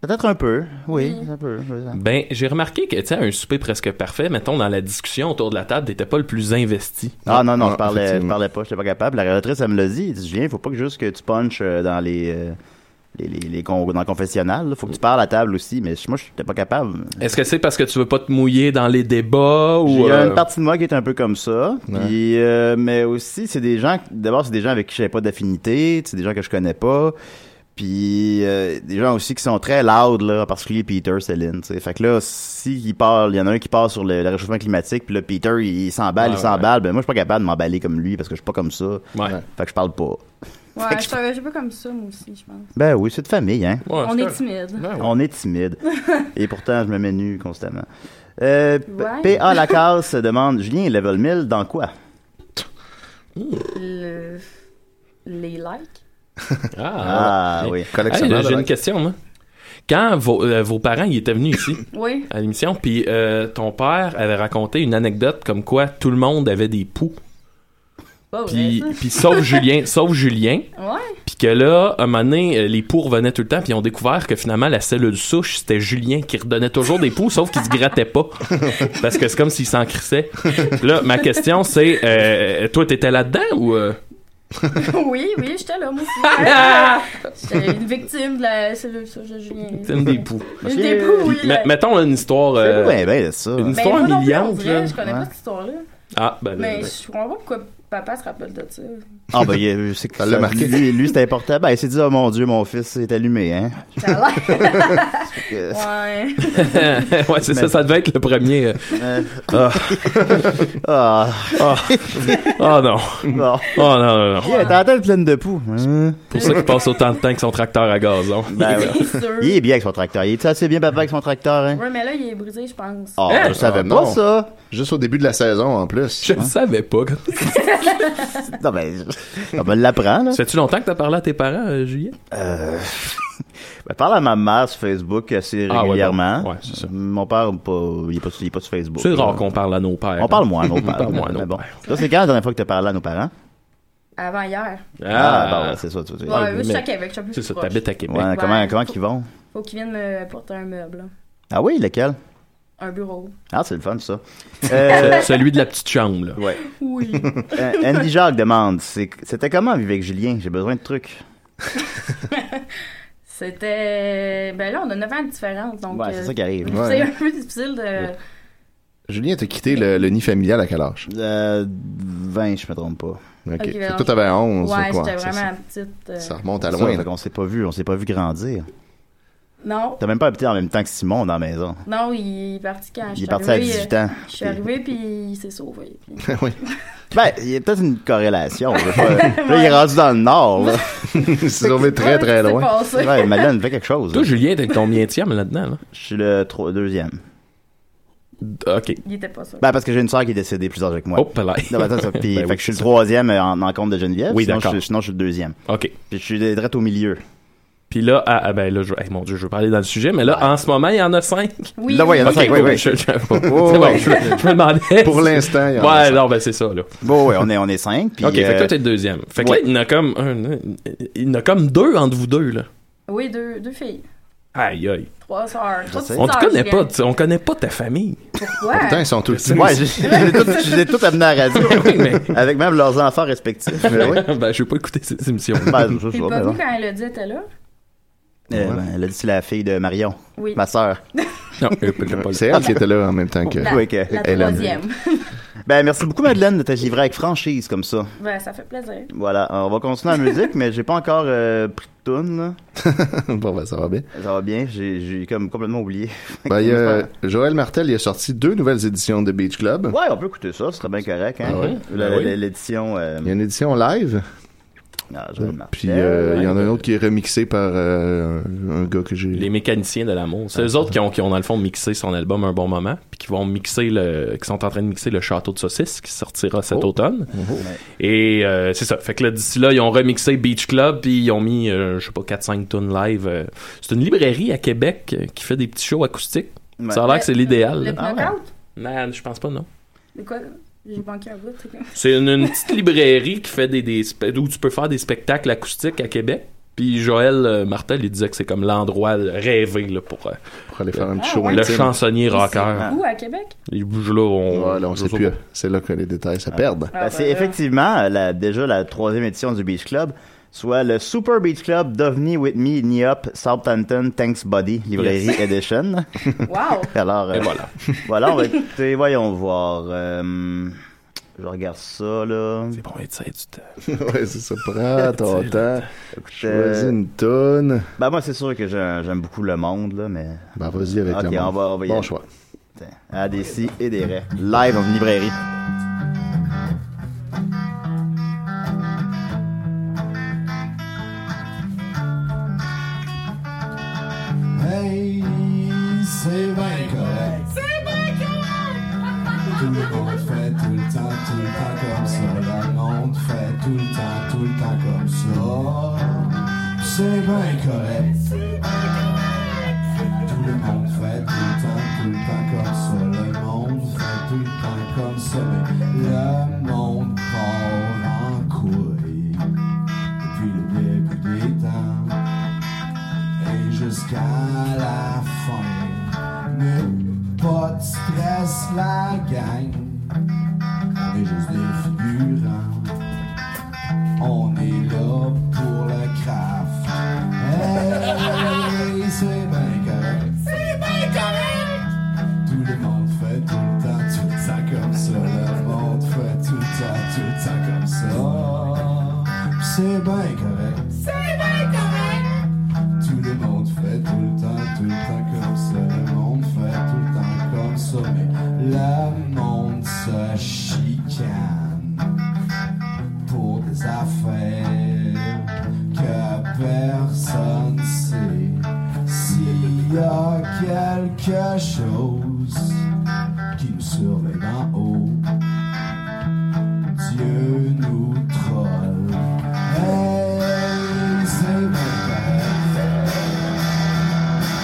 A: Peut-être un peu. Oui, un peu.
C: Ben, j'ai remarqué que, tu sais, un souper presque parfait, mettons, dans la discussion autour de la table, t'étais pas le plus investi.
A: Ah non, non, je parlais, je parlais pas, j'étais pas capable. La rédactrice, elle me l'a dit. Elle dit Julien, faut pas que juste que tu punches euh, dans les. euh, les, les, les con- dans le confessionnal, là. faut que tu parles à table aussi, mais je- moi j'étais pas capable.
C: Est-ce que c'est parce que tu veux pas te mouiller dans les débats ou.
A: Il y a
C: euh,
A: une partie de moi qui est un peu comme ça. Puis, euh, mais aussi, c'est des gens. D'abord, c'est des gens avec qui j'avais pas d'affinité. C'est des gens que je connais pas. Puis euh, des gens aussi qui sont très loud, là, en particulier Peter, Céline. tu sais. Fait que là, si il parle, il y en a un qui parle sur le, le réchauffement climatique, puis là, Peter, il, il s'emballe,
C: Ouais,
A: il s'emballe. Ben moi, je suis pas capable de m'emballer comme lui parce que je suis pas comme ça. Fait que je parle pas.
D: Ouais, je suis un- je suis pas comme ça, moi aussi, je pense.
A: Ben oui, c'est de famille, hein.
D: On est timide.
A: On est timide. Et pourtant, je me mets nu constamment. Euh, P-
D: Ouais.
A: P.A. Lacasse demande Julien, level 1000 dans quoi
D: Le- Les likes.
C: Ah,
A: Ah, oui.
C: Collectionneur. j'ai une question, moi. Quand vos, euh, vos parents ils étaient venus ici
D: Oui.
C: à l'émission, puis euh, ton père avait raconté une anecdote comme quoi tout le monde avait des poux,
D: Pas vrai,
C: puis
D: ça.
C: puis sauf Julien, sauf Julien,
D: Ouais.
C: puis que là, à un moment donné, euh, les poux revenaient tout le temps, puis ils ont découvert que finalement la cellule souche c'était Julien qui redonnait toujours des poux, sauf qu'il se grattait pas, parce que c'est comme s'il s'en crissait. Là, ma question c'est, euh, toi t'étais là-dedans ou euh?
D: oui, oui, j'étais là, moi aussi. j'étais une victime de la cellule ça, je- Julien.
C: C'est une des poux.
D: Une des poux, oui. ben,
C: Mais- mettons là, une histoire. euh,
A: C'est bien, bien, ben, ça.
C: Une
D: Mais
C: histoire
D: moi non plus, on
C: humiliante.
D: dirait,
C: là.
D: Je connais
C: Ouais.
D: pas cette histoire-là.
C: Ah, ben.
D: Mais
C: ben,
D: je comprends pas pourquoi Papa se rappelle de ça.
A: Ah, ben, il, c'est que
B: Ça l'a marqué.
A: Lui, lui, c'était important. Ben, il s'est dit, oh mon Dieu, mon fils est allumé, hein.
D: Ça a l'air.
A: Euh,
D: ouais.
C: ouais, c'est ça, ça devait être le premier. euh,
A: euh, ah,
C: Ah, ah, ah non.
A: bon.
C: Oh non, non, non.
A: Il est en tête pleine de poux. hein.
C: Pour ça qu'il passe autant de temps avec son tracteur à gazon.
A: Ben, ouais.
D: C'est sûr.
A: Il est bien avec son tracteur. Il est assez bien papa avec son tracteur, hein.
D: Ouais, mais là, il est brisé, je pense.
A: Ah,
C: Hein?
A: je savais
B: Ah,
A: pas
B: non.
A: ça.
B: Juste au début de la saison, en plus.
C: Je ne savais pas.
A: Non, ben, on me l'apprend, là.
C: Ça fait-tu longtemps que t'as parlé à tes parents, euh, Julien?
A: Euh... Ben, parle à ma mère sur Facebook euh, assez
C: Ah, ouais,
A: régulièrement.
C: bon. Ouais, c'est ça.
A: Mon père, pas, il est pas, il est pas sur Facebook.
C: C'est
A: là.
C: rare qu'on parle à nos pères.
A: euh,
C: hein.
A: On parle moins à nos parents.
C: parle moins à nos
A: Mais bon.
C: pères.
A: Ça, c'est quand la dernière fois que t'as parlé à nos parents?
D: Avant hier.
A: Ah, bah ouais, c'est ça. tu- tu-
D: Ouais,
A: Ouais,
D: eux, je
C: mais-
D: suis à Québec, je suis un peu
C: C'est
D: plus
C: ça,
D: proche.
C: t'habites à Québec.
A: ouais, Comment, comment qu'ils vont?
D: Faut qu'ils viennent me porter un meuble, là.
A: Ah oui, lequel?
D: un bureau.
A: Ah, c'est le fun, ça. Euh,
C: C'est Celui de la petite chambre, là.
A: ouais.
D: Oui.
A: Euh, Andy Jacques demande, c'est- c'était comment vivre avec Julien? J'ai besoin de trucs.
D: C'était. Ben là, on a 9 ans de différence, donc.
A: ouais,
D: euh,
A: c'est ça qui arrive.
B: Ouais.
D: C'est un peu difficile de.
B: Julien, t'as quitté le, le nid familial à quel âge?
A: Euh, 20, je me trompe pas.
B: Ok.
D: Ok,
B: Fait que
D: alors-
B: toi, t'avais 11
D: ouais,
B: ou quoi?
D: j'étais
B: c'est
D: vraiment petite. euh,
B: Ça, ça remonte à
A: Ça,
B: loin.
C: hein.
A: fait
B: là.
A: qu'on s'est pas vu, on s'est pas vu grandir.
D: Non,
A: T'as même pas habité en même temps que Simon dans la maison.
D: non, il est parti quand je
A: Ah, Il est
D: suis
A: parti à
D: arrivée.
A: 18
D: euh,
A: ans.
D: Je suis arrivée, puis il s'est sauvé. puis-
B: oui.
A: Ben, il y a peut-être une corrélation. je sais pas. Là, il est rendu dans le nord. Là.
B: Ils se sont mis
D: Ouais,
B: très,
D: c'est
B: très loin.
D: passé.
A: Ouais, Madeleine fait quelque chose.
C: Toi, Julien, t'es combien tième là-dedans, là?
A: Je suis le tro- deuxième.
C: D- OK.
D: Il était pas sûr.
A: Ben, parce que j'ai une soeur qui est décédée plus âgée avec moi.
C: Hop là.
A: Non, ben, attends, ça, puis,
C: Oh. Ben
A: fait
C: oui,
A: que je suis le
C: c'est ça.
A: troisième euh, en, en compte de Geneviève.
C: Oui,
A: sinon,
C: d'accord.
A: je, suis- sinon, je suis le deuxième.
C: OK.
A: Puis je suis direct au milieu.
C: Puis là, ah, ah, ben là, je... hey, mon Dieu, je veux parler dans le sujet, mais là, en ce moment, il y en a cinq.
D: Oui,
A: Là, ouais, il y en a
C: Ok,
A: cinq, oui,
C: cool,
A: oui.
C: Je, je- c'est
A: Oh,
C: bon,
A: ouais.
C: je, je me demandais.
B: Pour
C: si-
B: l'instant, il y en a
C: Ouais,
B: cinq.
C: non, ben c'est ça, là.
A: Bon, ouais, on est, on est cinq. Puis,
C: OK, fait que
A: euh,
C: toi, t'es le deuxième. Fait que
A: ouais.
C: là, il y en a comme un, il y en a comme deux entre vous deux, là.
D: oui deux, deux filles.
C: Aïe, aïe.
D: Trois sœurs. Trois
A: sais.
D: petites
C: On te
D: sœurs, je
C: connaît pas,
D: dirais.
C: tu- on connaît pas ta famille.
D: Pourquoi?
B: Pourtant, ils sont tout petits.
A: Ouais, je je les ai tous- je les ai tous amenés à la radio.
C: Oui, mais.
A: Avec même leurs enfants respectifs.
B: Mais oui.
C: ben, je vais pas écouter cette émission.
A: Ben, je
D: T'es
A: sais
D: pas
A: pas, mais bon.
D: venu quand elle a dit elle était là?
A: Euh, ben, Elle a dit c'est la fille de Marion,
D: Oui.
A: ma sœur.
C: Non, euh, peut-être pas là.
B: C'est elle qui était là en même temps que.
D: La,
A: Oui, que-
D: la
B: elle a-
D: troisième.
A: Ben, merci beaucoup, Madeleine, de t'être livrée avec franchise comme ça.
D: Ben, ça fait plaisir.
A: Voilà, on va continuer la musique, mais j'ai pas encore euh, pris de tune, là.
B: bon, ben, ça va bien.
A: Ça va bien, j'ai j'ai comme complètement oublié.
B: Ben, il y a- Joël Martel, il a sorti deux nouvelles éditions de Beach Club.
A: Ouais, on peut écouter ça, ce serait bien correct, hein.
B: Ah ouais?
A: La-
C: Ah oui?
A: la- L'édition. Euh...
B: Il y a une édition live,
A: Ah, Joël Martel.
B: puis euh, il y en a un autre qui est remixé par euh, un un gars que j'ai.
C: Les mécaniciens de l'amour. C'est eux autres qui ont, qui ont, dans le fond, mixé son album Un bon moment, puis qui vont mixer le, qui sont en train de mixer le Château de Saucisse, qui sortira cet
B: Oh.
C: automne. Et euh, c'est ça. Fait que là, d'ici là, ils ont remixé Beach Club, puis ils ont mis, euh, je sais pas, 4-5 tonnes live. euh. C'est une librairie à Québec euh, qui fait des petits shows acoustiques.
A: Ouais.
C: Ça a l'air que c'est l'idéal.
D: Euh, Le
C: là.
A: Ah ouais.
D: knockout?
C: Non, je pense pas, non.
D: C'est quoi? J'ai manqué un bout, c'est quoi?
C: C'est une, une petite librairie qui fait des, des spe- où tu peux faire des spectacles acoustiques à Québec. Puis Joël euh, Martel, il disait que c'est comme l'endroit rêvé là, pour euh,
B: pour aller faire un petit
D: Ah,
B: show
D: ouais.
C: le
B: intime.
C: chansonnier rocker.
A: Ah.
D: Où, à Québec?
C: Les bouges là, on,
B: Ouais, là, on
C: je
B: sait
C: sais
B: plus.
C: pas.
B: C'est là que les détails se perdent.
C: Ah,
D: Ah,
A: Ben, c'est effectivement euh, la, déjà la troisième édition du Beach Club, soit le Super Beach Club Dovni With Me Niop Southampton Thanks Body Librairie Edition.
D: Wow!
A: Alors, euh,
C: Et voilà.
A: voilà, on va écouter, voyons voir. euh, je regarde ça, là.
C: C'est bon, et tu sais, du temps.
A: Ah.
B: ouais, c'est ça. Prends ton temps. Choisis
A: Euh,
B: une tonne.
A: ben, moi, c'est sûr que j'ai- j'aime beaucoup le monde, là, mais.
B: Ben, vas-y avec
A: Ok,
B: le monde.
A: on va- on va y
B: Bon
A: aller.
B: choix.
A: À des si et des raies. Live en librairie.
G: Hey, c'est bien correct. C'est bien correct! Tout le monde fait tout le temps, tout le temps comme ça. Le monde fait tout le temps, tout le temps comme ça. C'est bien correct. Tout le monde fait tout le temps, tout le temps comme ça. Le monde fait tout le temps comme ça. Mais le monde part en couille. Depuis le début des temps et jusqu'à la fin. Mais pas de stress, la gang. On est juste des figurants. On est là pour le craft. Hey, c'est bien correct. C'est bien correct. Tout le monde fait tout le temps, tout le temps comme ça. Le monde fait tout le temps, tout le temps comme ça. Puis C'est bien correct.
M: C'est bien correct.
G: Tout le monde fait tout le temps, tout le temps comme ça. Le monde fait tout le temps comme ça. Mais le monde se chicane pour des affaires que personne sait. S'il y a quelque chose qui nous surveille d'en haut, Dieu nous troll. Hey, c'est bien correct.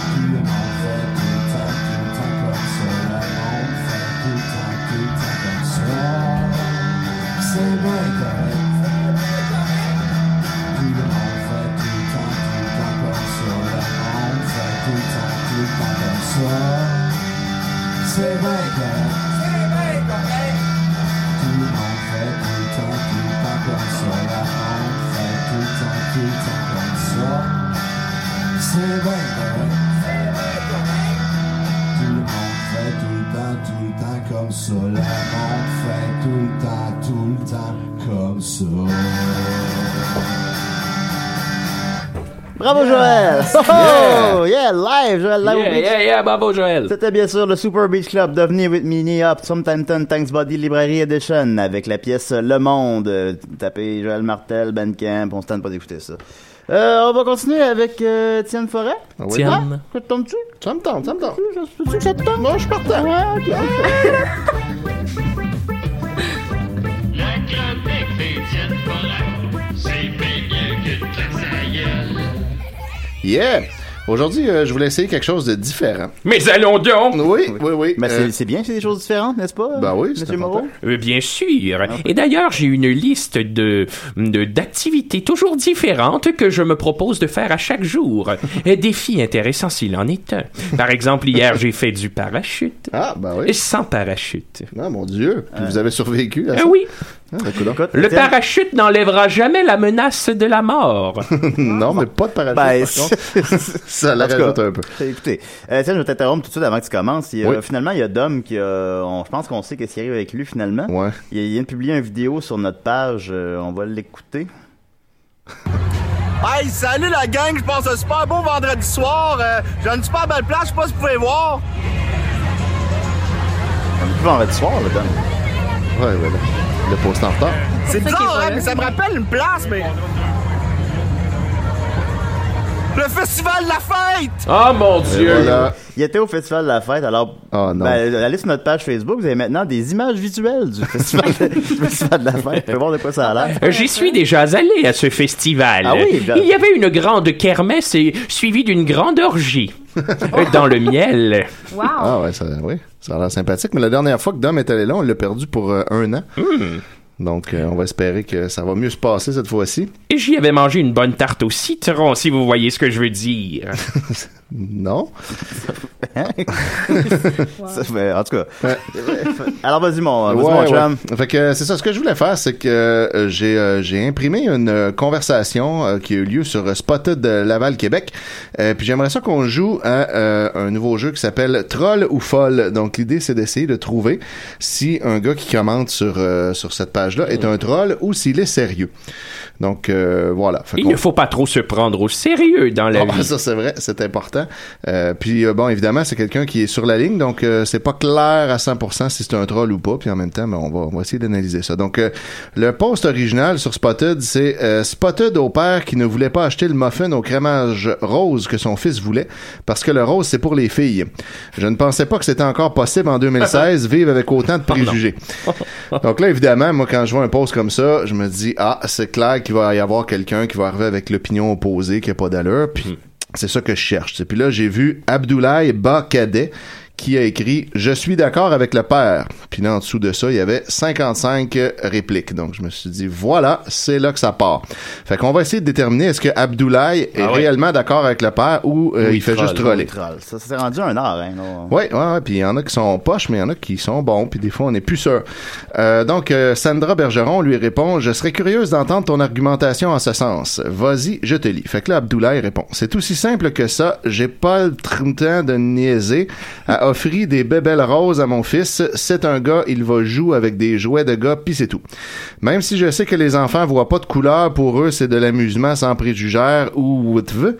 G: Tout le monde fait tout le temps, tout le temps comme ça. Le monde fait tout le temps, tout le temps comme ça. C'est bien correct. Tout le monde fait tout le temps, tout le temps comme ça. Le monde fait tout le temps, tout le temps comme ça. C'est bien correct. C'est bien correct. Tout le monde fait tout le temps, tout le temps comme ça. Le monde fait tout le temps, tout le temps comme ça. C'est bien correct. Tout le monde fait tout le temps, tout le temps comme ça. Le monde fait tout le temps, tout le temps comme ça.
A: Bravo Joël!
C: Yeah.
A: Oh, yeah, live Joël, live
C: Yeah,
A: au beach.
C: yeah, yeah, bravo, Joël.
A: C'était bien sûr le Super Beach Club devenu with Mini Up Sometime Thanks Body Library Edition avec la pièce Le Monde. Euh, Tapez Joël Martel, Bandcamp, on se tente pas d'écouter ça. Euh, on va continuer avec euh, Étienne Forêt.
B: Ah oui. Tiens.
A: Ah, ça te tombe-tu?
B: Ça me tente, ça me tente.
A: Tu que ça te tombe?
B: Non, je partais.
A: Ouais, ok.
M: Le club des Étienne Forêt, c'est bien mieux que de la saïeule.
B: Yeah! Aujourd'hui, euh, je voulais essayer quelque chose de différent.
J: Mais allons donc!
B: Oui, oui, oui.
A: Mais
B: Euh,
A: c'est- c'est bien, c'est des choses différentes, n'est-ce pas?
B: Ben oui, c'est
A: Monsieur Moreau?
J: Euh, bien sûr.
B: Ah.
J: Et d'ailleurs, j'ai une liste de de- d'activités toujours différentes que je me propose de faire à chaque jour. Et Défi intéressant s'il en est un. Par exemple, hier, j'ai fait du parachute.
B: Ah, ben oui.
J: Et sans parachute.
B: Ah, mon Dieu. Puis
A: Euh.
B: vous avez survécu à
J: Ah
B: ça?
J: oui.
B: Ah, ben, coudonc.
J: Le parachute n'enlèvera jamais la menace de la mort.
B: non, mais pas de parachute.
A: Ben,
B: par contre. ça la
A: En tout cas,
B: rajoute un peu.
A: Écoutez, euh, tiens, je vais t'interrompre tout de suite avant que tu commences. Il y a-
B: Oui.
A: Finalement, il y a Dom qui a- on- je pense qu'on sait qu'est-ce qui arrive avec lui finalement.
B: Ouais.
A: Il, il vient de publier une vidéo sur notre page. euh, on va l'écouter.
N: Hey, salut la gang, je passe un super beau vendredi soir. Euh, J'ai une super belle place, je sais pas si vous pouvez voir.
A: On est plus vendredi soir, là, Dom.
B: Ouais, ouais, là. Le poste en retard.
N: C'est bizarre, hein, mais ça me rappelle une place, mais. Le festival de la fête!
C: Oh,
J: Ah mon
A: Ben
B: Dieu! voilà. Ah,
A: Il était au Festival de la Fête, alors
B: non.
A: ben, allez sur notre page Facebook, vous avez maintenant des images visuelles du Festival de, du festival de la Fête. Vous pouvez voir de quoi ça a l'air.
J: Euh, J'y suis déjà allé à ce festival.
A: Ah oui, bien.
J: Il y avait une grande kermesse et- suivie d'une grande orgie. Euh, Dans le miel.
D: Wow.
B: Ah, ouais, ça, oui. Ça a l'air sympathique. Mais la dernière fois que Dom est allé là, on l'a perdu pour euh, un an.
A: Hmm.
B: Donc, euh, on va espérer que ça va mieux se passer cette fois-ci.
J: Et j'y avais mangé une bonne tarte au citron, si vous voyez ce que je veux dire.
B: Non.
A: Ça fait- en tout cas. Alors vas-y mon, Ah, vas-y, mon
B: Ouais,
A: chum.
B: ouais. Fait que euh, c'est ça. Ce que je voulais faire, c'est que euh, j'ai euh, j'ai imprimé une euh, conversation euh, qui a eu lieu sur euh, Spotted de Laval Québec. Euh, puis j'aimerais ça qu'on joue à euh, un nouveau jeu qui s'appelle Troll ou folle. Donc l'idée c'est d'essayer de trouver si un gars qui commente sur euh, sur cette page là est un troll ou s'il est sérieux. Donc euh, voilà. Fait
J: Il
B: qu'on-
J: ne faut pas trop se prendre au sérieux dans la
B: ah,
J: vie.
B: ça c'est vrai, c'est important. Euh, puis euh, bon, évidemment, c'est quelqu'un qui est sur la ligne, donc euh, c'est pas clair à 100% si c'est un troll ou pas. Puis en même temps, ben, on, va, on va essayer d'analyser ça. Donc euh, le post original sur Spotted, c'est euh, Spotted au père qui ne voulait pas acheter le muffin au crémage rose que son fils voulait parce que le rose c'est pour les filles. Je ne pensais pas que c'était encore possible en 2016 vivre avec autant de préjugés. Donc là, évidemment, moi, quand je vois un post comme ça, je me dis, ah, c'est clair qu'il va y avoir quelqu'un qui va arriver avec l'opinion opposée, qui a pas d'allure,
A: Hmm.
B: puis c'est ça que je cherche. Et Puis là, j'ai vu Abdoulaye Bakadet qui a écrit « Je suis d'accord avec le père ». Puis là, en dessous de ça, il y avait 55 répliques. Donc, je me suis dit « Voilà, c'est là que ça part ». Fait qu'on va essayer de déterminer est-ce que Abdoulaye est
A: Ah oui.
B: réellement d'accord avec le père ou euh,
A: Oui,
B: il fait
A: troll,
B: juste troller.
A: oui, troll. Ça, ça s'est rendu un art, hein. là.
B: Oui, ouais, ouais, puis il y en a qui sont poches, mais il y en a qui sont bons, puis des fois on n'est plus sûr. Euh, donc euh, Sandra Bergeron lui répond Je serais curieuse d'entendre ton argumentation en ce sens. Vas-y, je te lis. Fait que là, Abdoulaye répond C'est aussi simple que ça, j'ai pas le tr- temps de niaiser à offri des bébelles roses à mon fils. C'est un gars, il va jouer avec des jouets de gars, puis c'est tout. Même si je sais que les enfants voient pas de couleur, pour eux, c'est de l'amusement sans préjugère ou whatever.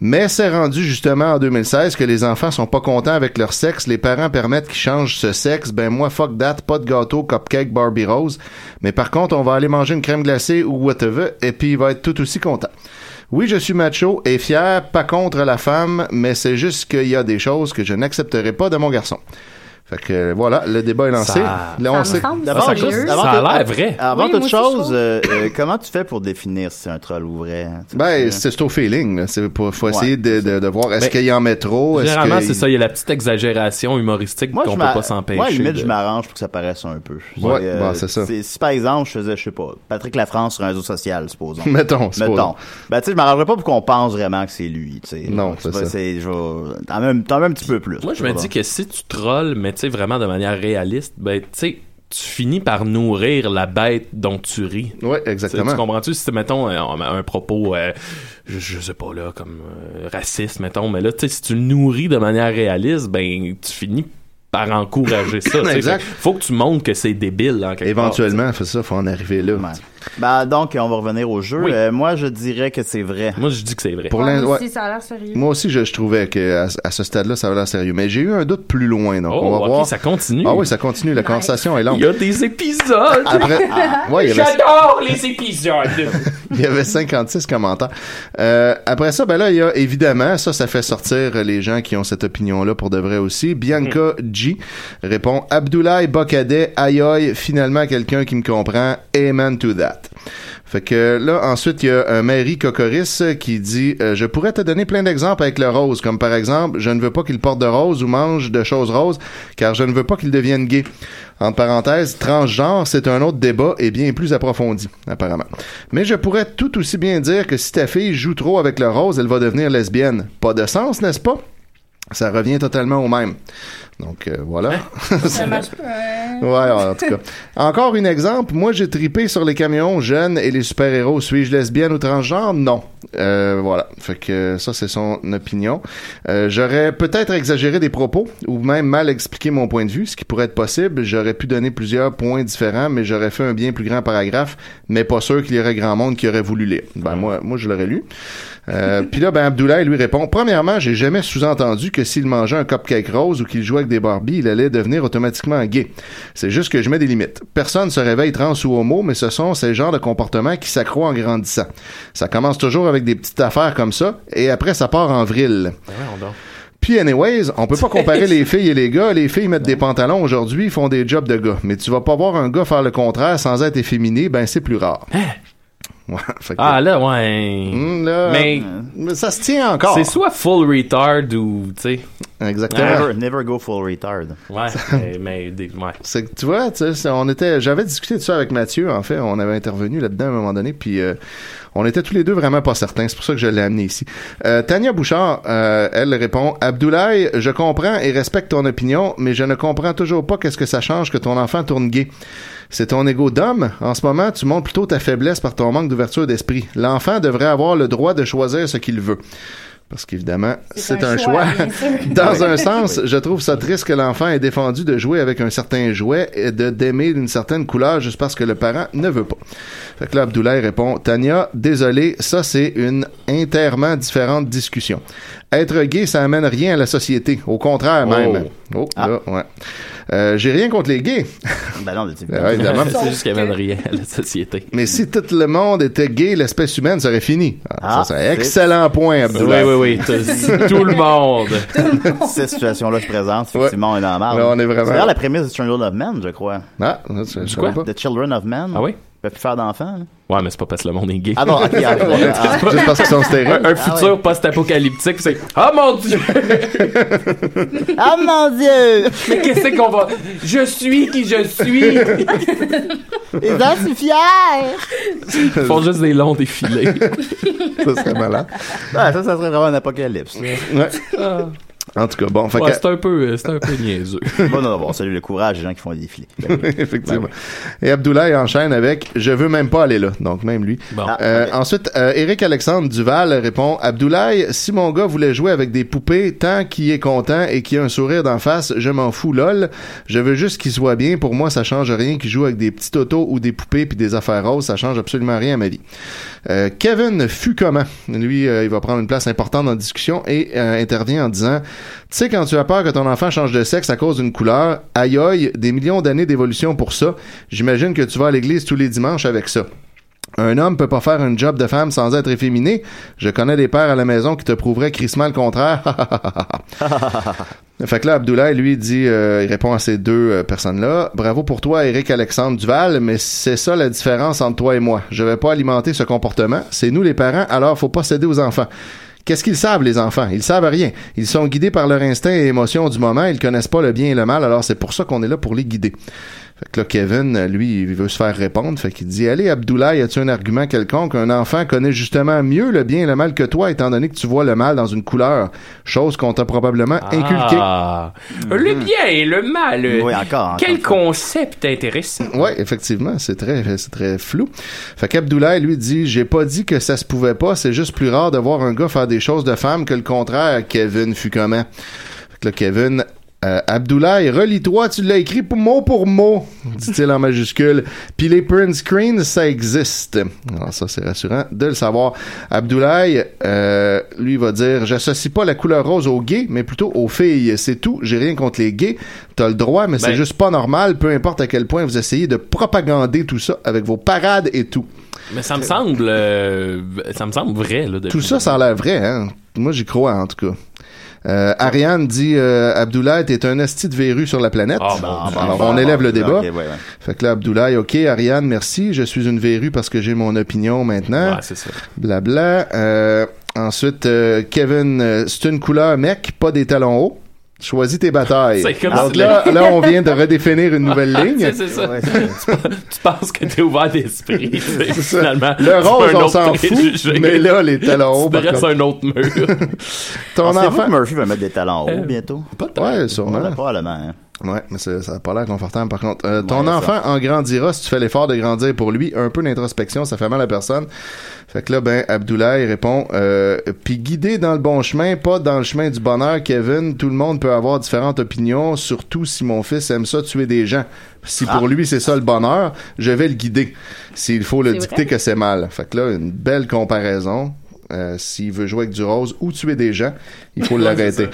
B: Mais c'est rendu justement en 2016 que les enfants sont pas contents avec leur sexe, les parents permettent qu'ils changent ce sexe, ben moi fuck that, pas de gâteau, cupcake, Barbie rose. Mais par contre, on va aller manger une crème glacée ou whatever, et puis il va être tout aussi content. Oui, je suis macho et fier, pas contre la femme, mais c'est juste qu'il y a des choses que je n'accepterai pas de mon garçon. Fait que euh, voilà, le débat est lancé.
A: Ça-
B: Là,
A: Ça
B: on
A: me
B: sait-
A: semble D'abord, sérieux. juste- avant tout- Avant toute chose, euh, euh, comment tu fais pour définir si c'est un troll ou vrai? hein? Tu-
B: Ben, c'est c'est au feeling. là. C'est pour, faut
A: Ouais,
B: essayer de, de- de voir est-ce
C: Euh, Ben,
B: qu'il y en met trop. est-ce
C: Généralement,
B: qu'il-
C: c'est ça. Il y a la petite exagération humoristique
A: euh, Moi, je
C: qu'on peut
A: m'a-
C: pas s'empêcher.
A: Moi, à la limite,
C: de-
A: je m'arrange pour que ça paraisse un peu. euh,
C: Ouais,
B: bah,
C: bon, c'est ça.
A: Si, par exemple, je faisais, je sais pas, Patrick Lafrance sur un réseau social, supposons.
B: Mettons, supposons.
A: Mettons. Ben, tu sais, je m'arrangerais pas pour qu'on pense vraiment que c'est lui, tu sais.
B: Non,
A: Donc,
B: c'est
A: pas-
B: ça.
A: c'est- je vais- T'en mets un- t'en mets un petit peu plus.
C: Moi, je me dis que si tu trolles, mais tu sais, vraiment de manière réaliste, ben, tu sais, tu finis par nourrir la bête dont tu ris.
B: Ouais, exactement.
C: Tu, sais, tu comprends-tu? Si, mettons, euh, un, un propos, euh, je, je sais pas, là, comme euh, raciste, mettons, mais là, tu sais, si tu le nourris de manière réaliste, ben, tu finis par encourager ça. tu sais.
B: Exact.
C: Fait- Faut que tu montres que c'est débile, en quelque
B: Éventuellement, fait ça, faut en arriver là.
A: Ben, donc, on va revenir au jeu.
C: Oui.
A: Euh, moi, je dirais que c'est vrai.
C: Moi, je dis que c'est vrai.
B: Pour
D: Ouais,
B: l'in-
D: moi aussi,
B: ouais.
D: Ah, ça a l'air sérieux.
B: Moi aussi, je, je trouvais que à, à ce stade-là, ça avait l'air sérieux. Mais j'ai eu un doute plus loin, donc
C: Oh,
B: on va
C: ok,
B: voir.
C: ça continue.
B: Ah oui, ça continue. La conversation est longue.
C: Il y a des épisodes!
B: Après- Ah, ouais, il y avait- Ah
J: J'adore les épisodes.
B: Il y avait 56 commentaires. Euh, après ça, ben là, il y a évidemment, ça, ça fait sortir les gens qui ont cette opinion-là pour de vrai aussi. Bianca G répond Abdoulaye Bocadet, aïe aïe, finalement quelqu'un qui me comprend, amen to that. Fait que là, ensuite, il y a euh, Mary Cocoris qui dit euh, Je pourrais te donner plein d'exemples avec le rose, comme par exemple, je ne veux pas qu'il porte de rose ou mange de choses roses, car je ne veux pas qu'il devienne gay. En parenthèse, transgenre, c'est un autre débat et bien plus approfondi, apparemment. Mais je pourrais tout aussi bien dire que si ta fille joue trop avec le rose, elle va devenir lesbienne. Pas de sens, n'est-ce pas? Ça revient totalement au même. Donc euh, voilà.
D: Ça marche pas.
B: Ouais, en tout cas. Encore un exemple. Moi, j'ai tripé sur les camions jeunes et les super-héros. Suis-je lesbienne ou transgenre? Non. Euh, voilà. Fait que ça, c'est son opinion. Euh, J'aurais peut-être exagéré des propos ou même mal expliqué mon point de vue, ce qui pourrait être possible. J'aurais pu donner plusieurs points différents, mais j'aurais fait un bien plus grand paragraphe, mais pas sûr qu'il y aurait grand monde qui aurait voulu lire. Ben, moi, moi je l'aurais lu. Euh, Puis là, ben, Abdoulaye lui répond Premièrement, j'ai jamais sous-entendu que s'il mangeait un cupcake rose ou qu'il jouait avec des Barbies, il allait devenir automatiquement gay. C'est juste que je mets des limites. Personne se réveille trans ou homo, mais ce sont ces genres de comportements qui s'accroît en grandissant. Ça commence toujours avec des petites affaires comme ça, et après, ça part en vrille. Puis, anyways, on peut pas comparer les filles et les gars. Les filles mettent des pantalons aujourd'hui, font des jobs de gars. Mais tu vas pas voir un gars faire le contraire sans être efféminé, ben c'est plus rare. Ouais, fait que-
C: Hein? Ah là, ouais.
B: Hmm, là,
C: mais
B: mais ça se tient encore.
C: c'est Ah, soit full retard ou, tu sais.
B: Exactement.
A: Never, never go full retard.
C: Ouais, mais, mais des- ouais.
B: C'est que tu vois, tu sais, c'est- on était, j'avais discuté de ça avec Mathieu. En fait, on avait intervenu là-dedans à un moment donné, puis euh, on était tous les deux vraiment pas certains. C'est pour ça que je l'ai amené ici. Euh, Tania Bouchard, euh, elle répond Abdoulaye, je comprends et respecte ton opinion, mais je ne comprends toujours pas qu'est-ce que ça change que ton enfant tourne gay. C'est ton ego d'homme. En ce moment, tu montres plutôt ta faiblesse par ton manque d'ouverture d'esprit. L'enfant devrait avoir le droit de choisir ce qu'il veut. Parce qu'évidemment, c'est un, choix. hein. Dans un sens, je trouve ça triste que l'enfant est défendu de jouer avec un certain jouet et de d'aimer d'une certaine couleur juste parce que le parent ne veut pas. Fait que là, Abdoulaye répond Tania, désolé, ça c'est une interment différente discussion. Être gay, ça amène rien à la société. Au contraire, même. Oh, là, ouais. Euh, J'ai rien contre les gays.
A: Ben non,
B: Ben ouais, évidemment.
C: C'est juste qu'elle mène rien à la société.
B: Mais si tout le monde était gay, l'espèce humaine serait finie. Ah, ça,
C: Ah,
B: c'est
C: c'est-
B: un excellent point, Abdoulaye.
C: Oui, oui, oui. T'as- tout le monde.
A: Cette situation-là se présente, effectivement, on est dans la marde.
B: Là, Ben, on est vraiment-
A: C'est d'ailleurs la prémisse de Children of Men, je crois.
B: Ah, je, je savais pas.
A: The Children of Men.
C: Ah oui?
A: Ils peuvent plus faire d'enfants. là.
C: Ouais, mais c'est pas parce que le monde est gay.
A: Ah non, ok, ah, ah, ah.
B: Juste parce qu'ils sont stériles.
C: Un, un
A: Ah
C: futur
A: ouais.
C: post-apocalyptique, c'est Oh mon dieu!
A: Ah mon dieu!
J: Mais qu'est-ce qu'on va. Je suis qui je suis.
A: Les gens sont fiers!
C: Ils font juste des longs défilés.
B: ça serait malade.
A: Ah, ça, ça serait vraiment un apocalypse.
B: Ouais. En tout cas, bon, fait
C: Ouais,
B: que-
C: c'est un peu, euh, c'est un peu niaiseux.
A: bon, non, bon, salut le courage des gens qui font des défilés.
B: Effectivement. Et Abdoulaye enchaîne avec Je veux même pas aller là. Donc, même lui. Euh, Ensuite, euh, Eric Alexandre Duval répond Abdoulaye, si mon gars voulait jouer avec des poupées, tant qu'il est content et qu'il a un sourire d'en face, je m'en fous, lol. Je veux juste qu'il soit bien. Pour moi, ça change rien qu'il joue avec des petits autos ou des poupées puis des affaires roses. Ça change absolument rien à ma vie. Euh, Kevin fut comment Lui, euh, il va prendre une place importante dans la discussion et euh, intervient en disant Tu sais, quand tu as peur que ton enfant change de sexe à cause d'une couleur, aïe aïe, des millions d'années d'évolution pour ça. J'imagine que tu vas à l'église tous les dimanches avec ça. Un homme peut pas faire un job de femme sans être efféminé. Je connais des pères à la maison qui te prouveraient crissement le contraire. Fait que là, Abdoulaye, lui, dit, euh, il répond à ces deux euh, personnes-là. Bravo pour toi, Eric Alexandre Duval, mais c'est ça la différence entre toi et moi. Je vais pas alimenter ce comportement. C'est nous les parents, alors faut pas céder aux enfants. Qu'est-ce qu'ils savent, les enfants? Ils savent rien. Ils sont guidés par leur instinct et émotion du moment. Ils connaissent pas le bien et le mal, alors c'est pour ça qu'on est là pour les guider. Fait que là, Kevin, euh, lui, il veut se faire répondre. Fait qu'il dit, allez, Abdoulaye, as-tu un argument quelconque? Un enfant connaît justement mieux le bien et le mal que toi, étant donné que tu vois le mal dans une couleur. Chose qu'on t'a probablement inculquée.
C: Ah. Le bien et le mal. euh,
B: Mhm. Oui, encore, encore
C: Quel
B: une fois.
C: concept intéressant.
B: Oui, effectivement, c'est très, c'est très flou. Fait qu'Abdoulaye, lui, dit J'ai pas dit que ça se pouvait pas, c'est juste plus rare de voir un gars faire des choses de femme que le contraire. Kevin fut comment Fait que là, Kevin. euh, Abdoulaye, relis-toi, tu l'as écrit pour mot pour mot, dit-il en majuscule. Puis les print screens, ça existe. Alors ça, c'est rassurant de le savoir. Abdoulaye, euh, lui, va dire, j'associe pas la couleur rose aux gays, mais plutôt aux filles. C'est tout, j'ai rien contre les gays. T'as le droit, mais c'est
C: Ben,
B: juste c'est pas normal, peu importe à quel point vous essayez de propagander tout ça avec vos parades et tout.
C: Mais ça me semble, euh, ça me semble vrai là. de-
B: Tout ça, ça a l'air vrai, hein? Moi, j'y crois, en tout cas. Euh, Ariane dit euh, Abdoulaye, t'es un esti de verru sur la planète.
A: Ah, bon, bon,
B: Alors,
A: bon,
B: on
A: bon,
B: élève le
A: ok,
B: débat.
A: ouais, ouais.
B: Fait que là, Abdoulaye, OK, Ariane, merci. Je suis une verrue parce que j'ai mon opinion maintenant.
C: Ouais, c'est ça.
B: Blabla. Euh, ensuite, euh, Kevin, euh, c'est une couleur, mec, pas des talons hauts. Choisis tes batailles.
C: C'est comme
B: Donc
C: si-
B: là, là, on vient de redéfinir une nouvelle
C: Ah,
B: ligne.
C: c'est- c'est ça. tu penses que t'es ouvert d'esprit. tu sais,
B: ça.
C: Finalement,
B: Le
C: c'est
B: rose, on
C: un autre
B: s'en fout,
C: préjugé.
B: mais là, les talons hauts,
C: Tu Ah, te
B: par
C: restes
B: contre.
C: un autre mur.
B: Ton
A: Pensez-vous
B: enfant-
A: que Murphy va mettre des talons
C: Euh,
A: hauts bientôt.
B: Ouais, sûrement.
A: Ouais, probablement. hein.
B: Ouais, mais ça ça a pas l'air confortable par contre. Euh, ton
A: Ouais, ça.
B: enfant en grandira si tu fais l'effort de grandir pour lui. Un peu d'introspection, ça fait mal à personne. Fait que là, ben, Abdoulaye répond euh, Puis guider dans le bon chemin, pas dans le chemin du bonheur, Kevin. Tout le monde peut avoir différentes opinions, surtout si mon fils aime ça tuer des gens. Si
A: Ah.
B: pour lui c'est ça le bonheur, je vais le guider. S'il faut le
A: C'est
B: dicter
A: vrai.
B: que c'est mal. Fait que là, une belle comparaison. Euh, S'il veut jouer avec du rose ou tuer des gens, il faut
A: Ouais,
B: l'arrêter.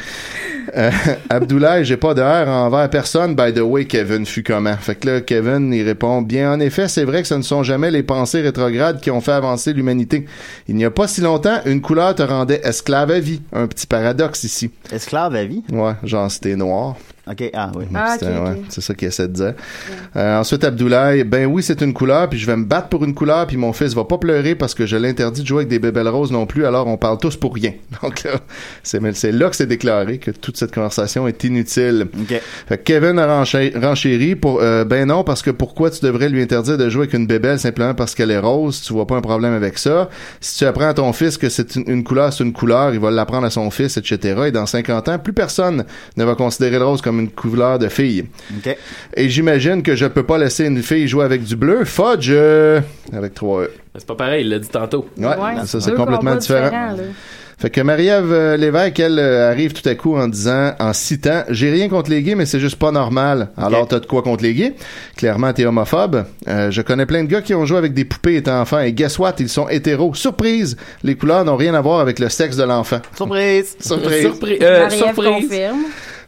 B: Euh, Abdoulaye, j'ai pas de haine envers personne. By the way, Kevin fut comment? Fait que là, Kevin, il répond, bien, en effet, c'est vrai que ce ne sont jamais les pensées rétrogrades qui ont fait avancer l'humanité. Il n'y a pas si longtemps, une couleur te rendait esclave à vie. Un petit paradoxe ici.
A: Esclave à vie?
B: Ouais, genre, c'était noir.
A: Ok, ah oui.
B: Ouais, c'était- hein, ouais, C'est ça qu'il essaie de dire. Euh, ensuite, Abdoulaye, ben oui, c'est une couleur, puis je vais me battre pour une couleur, puis mon fils va pas pleurer parce que je l'interdis de jouer avec des bébelles roses non plus, alors on parle tous pour rien. Donc là, c'est mais c'est là que c'est déclaré que toute cette conversation est inutile. Fait que Kevin a renché- renchéri pour euh, ben non, parce que pourquoi tu devrais lui interdire de jouer avec une bébelle simplement parce qu'elle est rose, tu vois pas un problème avec ça. Si tu apprends à ton fils que c'est une, une couleur, c'est une couleur, il va l'apprendre à son fils, etc. Et dans 50 ans, plus personne ne va considérer le rose comme une couleur de fille.
A: Ok.
B: Et j'imagine que je peux pas laisser une fille jouer avec du bleu. Fudge! euh, Avec trois E.
C: C'est pas pareil, il l'a dit tantôt.
B: Ouais, ça c'est complètement différent. Fait que Marie-Ève euh, Lévesque, elle, euh, arrive tout à coup en disant, en citant, j'ai rien contre les gays, mais c'est juste pas normal. Alors t'as de quoi contre les gays? Clairement, t'es homophobe. Euh, je connais plein de gars qui ont joué avec des poupées étant enfants, et guess what? Ils sont hétéros. Surprise! Les couleurs n'ont rien à voir avec le sexe de l'enfant.
A: Surprise!
B: Surprise!
C: Euh,
D: confirme.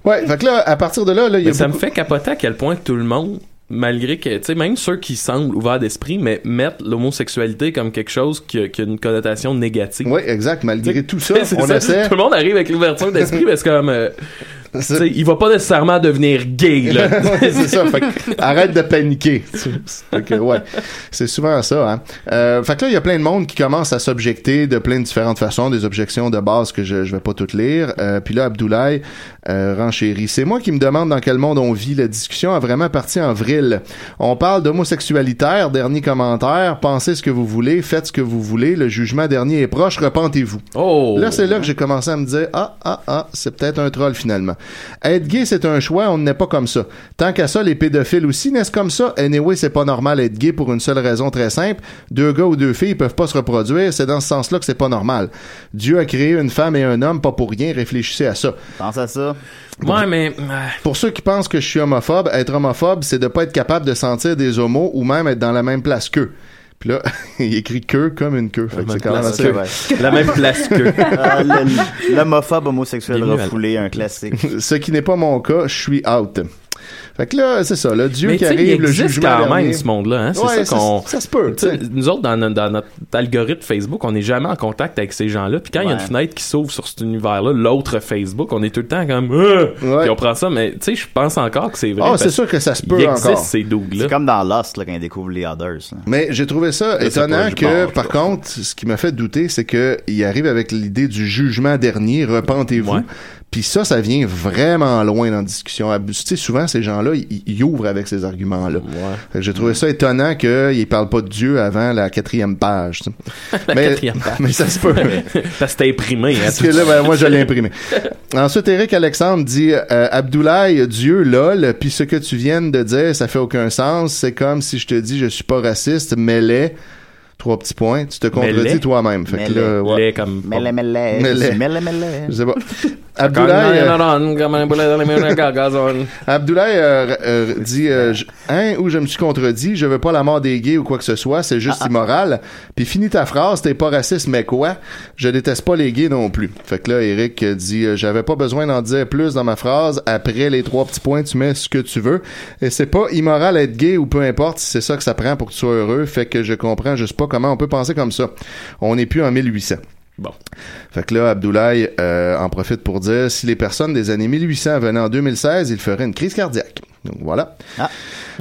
B: Ouais, fait que là, à partir de là, là, il y a
C: Mais ça
B: beaucoup-
C: me fait capoter à quel point tout le monde, malgré que, tu sais, même ceux qui semblent ouverts d'esprit, mais mettent l'homosexualité comme quelque chose qui a, qui a une connotation négative.
B: Oui, exact. Malgré tout ça,
C: C'est
B: on essaie-
C: Tout le monde arrive avec l'ouverture d'esprit, mais c'est comme. euh, tu sais, il va pas nécessairement devenir gay, là.
B: Ouais, c'est ça. Fait que arrête de paniquer. Fait que, ouais. C'est souvent ça. Hein. Euh, fait que là, il y a plein de monde qui commence à s'objecter de plein de différentes façons, des objections de base que je ne vais pas toutes lire. Euh, puis là, Abdoulaye, euh, renchérit. C'est moi qui me demande dans quel monde on vit. La discussion a vraiment parti en vrille. On parle d'homosexualitaire. Dernier commentaire. Pensez ce que vous voulez. Faites ce que vous voulez. Le jugement dernier est proche. Repentez-vous.
C: Oh.
B: Là, c'est là que j'ai commencé à me dire Ah, ah, ah, c'est peut-être un troll finalement. Être gay, c'est un choix. On n'est pas comme ça. Tant qu'à ça, les pédophiles aussi naissent comme ça. Anyway, c'est pas normal être gay pour une seule raison très simple. Deux gars ou deux filles, ils peuvent pas se reproduire. C'est dans ce sens-là que c'est pas normal. Dieu a créé une femme et un homme pas pour rien. Réfléchissez à ça.
A: Pense à ça.
C: Ouais, mais. euh,
B: Pour ceux qui pensent que je suis homophobe, être homophobe, c'est de pas être capable de sentir des homos ou même être dans la même place qu'eux. Puis là, il écrit queue comme une queue. Fait que
A: même
B: c'est quand même
A: place
B: assez-
A: que, ouais. La même place que. Euh, le- L'homophobe homosexuel refoulé, un classique.
B: Ce qui n'est pas mon cas, je suis out. Fait que là, c'est ça, le Dieu
C: Mais
B: qui
C: tu sais, il
B: arrive, le
C: existe
B: jugement
C: quand
B: dernier.
C: même, ce monde-là. Hein? C'est
B: Ouais,
C: ça qu'on.
B: Ça se peut.
C: Tu sais, Nous autres, dans, notre- dans notre algorithme Facebook, on n'est jamais en contact avec ces gens-là. Puis quand il y a une
B: Ouais.
C: fenêtre qui s'ouvre sur cet univers-là, l'autre Facebook, on est tout le temps comme. Euh! Puis on prend ça, mais tu sais, je pense encore que c'est vrai.
B: Ah,
C: parce
B: c'est sûr que ça se peut
C: Il existe
B: encore.
C: ces doubles-là.
A: C'est comme dans Lost, là, quand ils découvrent les Others. là.
B: Mais j'ai trouvé ça
A: Je sais pas,
B: étonnant
A: je
B: que,
A: pense,
B: par contre, ce qui m'a fait douter, c'est que il arrive avec l'idée du jugement dernier, repentez-vous. Puis ça, ça vient vraiment loin dans la discussion. Ab- Tu sais, souvent, ces gens-là, ils ils ouvrent avec ces arguments-là. Fait que J'ai trouvé ça étonnant qu'ils parlent pas de Dieu avant la quatrième page. tu sais.
C: La
B: mais,
C: quatrième page.
B: mais ça se peut.
C: Parce que t'as imprimé. hein,
B: Parce
C: tout
B: que là,
C: ça.
B: ben, moi, je l'ai imprimé. Ensuite, Eric Alexandre dit euh, Abdoulaye, Dieu, lol, puis ce que tu viens de dire, ça fait aucun sens. C'est comme si je te dis je suis pas raciste, mais les trois petits points, tu te contredis
A: Mêlé.
B: toi-même. Fait que
A: Mêlé.
B: là, ouais.
C: Mêlé comme-
A: Mêlé, mêlé.
B: Mêlé.
A: Mêlé, mêlé.
B: Je sais pas. Abdoulaye. euh, Abdoulaye euh, euh, dit euh, je- Hein, ou je me suis contredit, je veux pas la mort des gays ou quoi que ce soit, c'est juste immoral. Puis finis ta phrase, t'es pas raciste, mais quoi Je déteste pas les gays non plus. Fait que là, Eric euh, dit euh, J'avais pas besoin d'en dire plus dans ma phrase. Après les trois petits points, tu mets ce que tu veux. Et c'est pas immoral être gay ou peu importe si c'est ça que ça prend pour que tu sois heureux. Fait que je comprends juste pas comment on peut penser comme ça. On n'est plus en 1800.
C: Bon.
B: Fait que là, Abdoulaye euh, en profite pour dire si les personnes des années 1800 venaient en 2016, ils feraient une crise cardiaque. Donc voilà.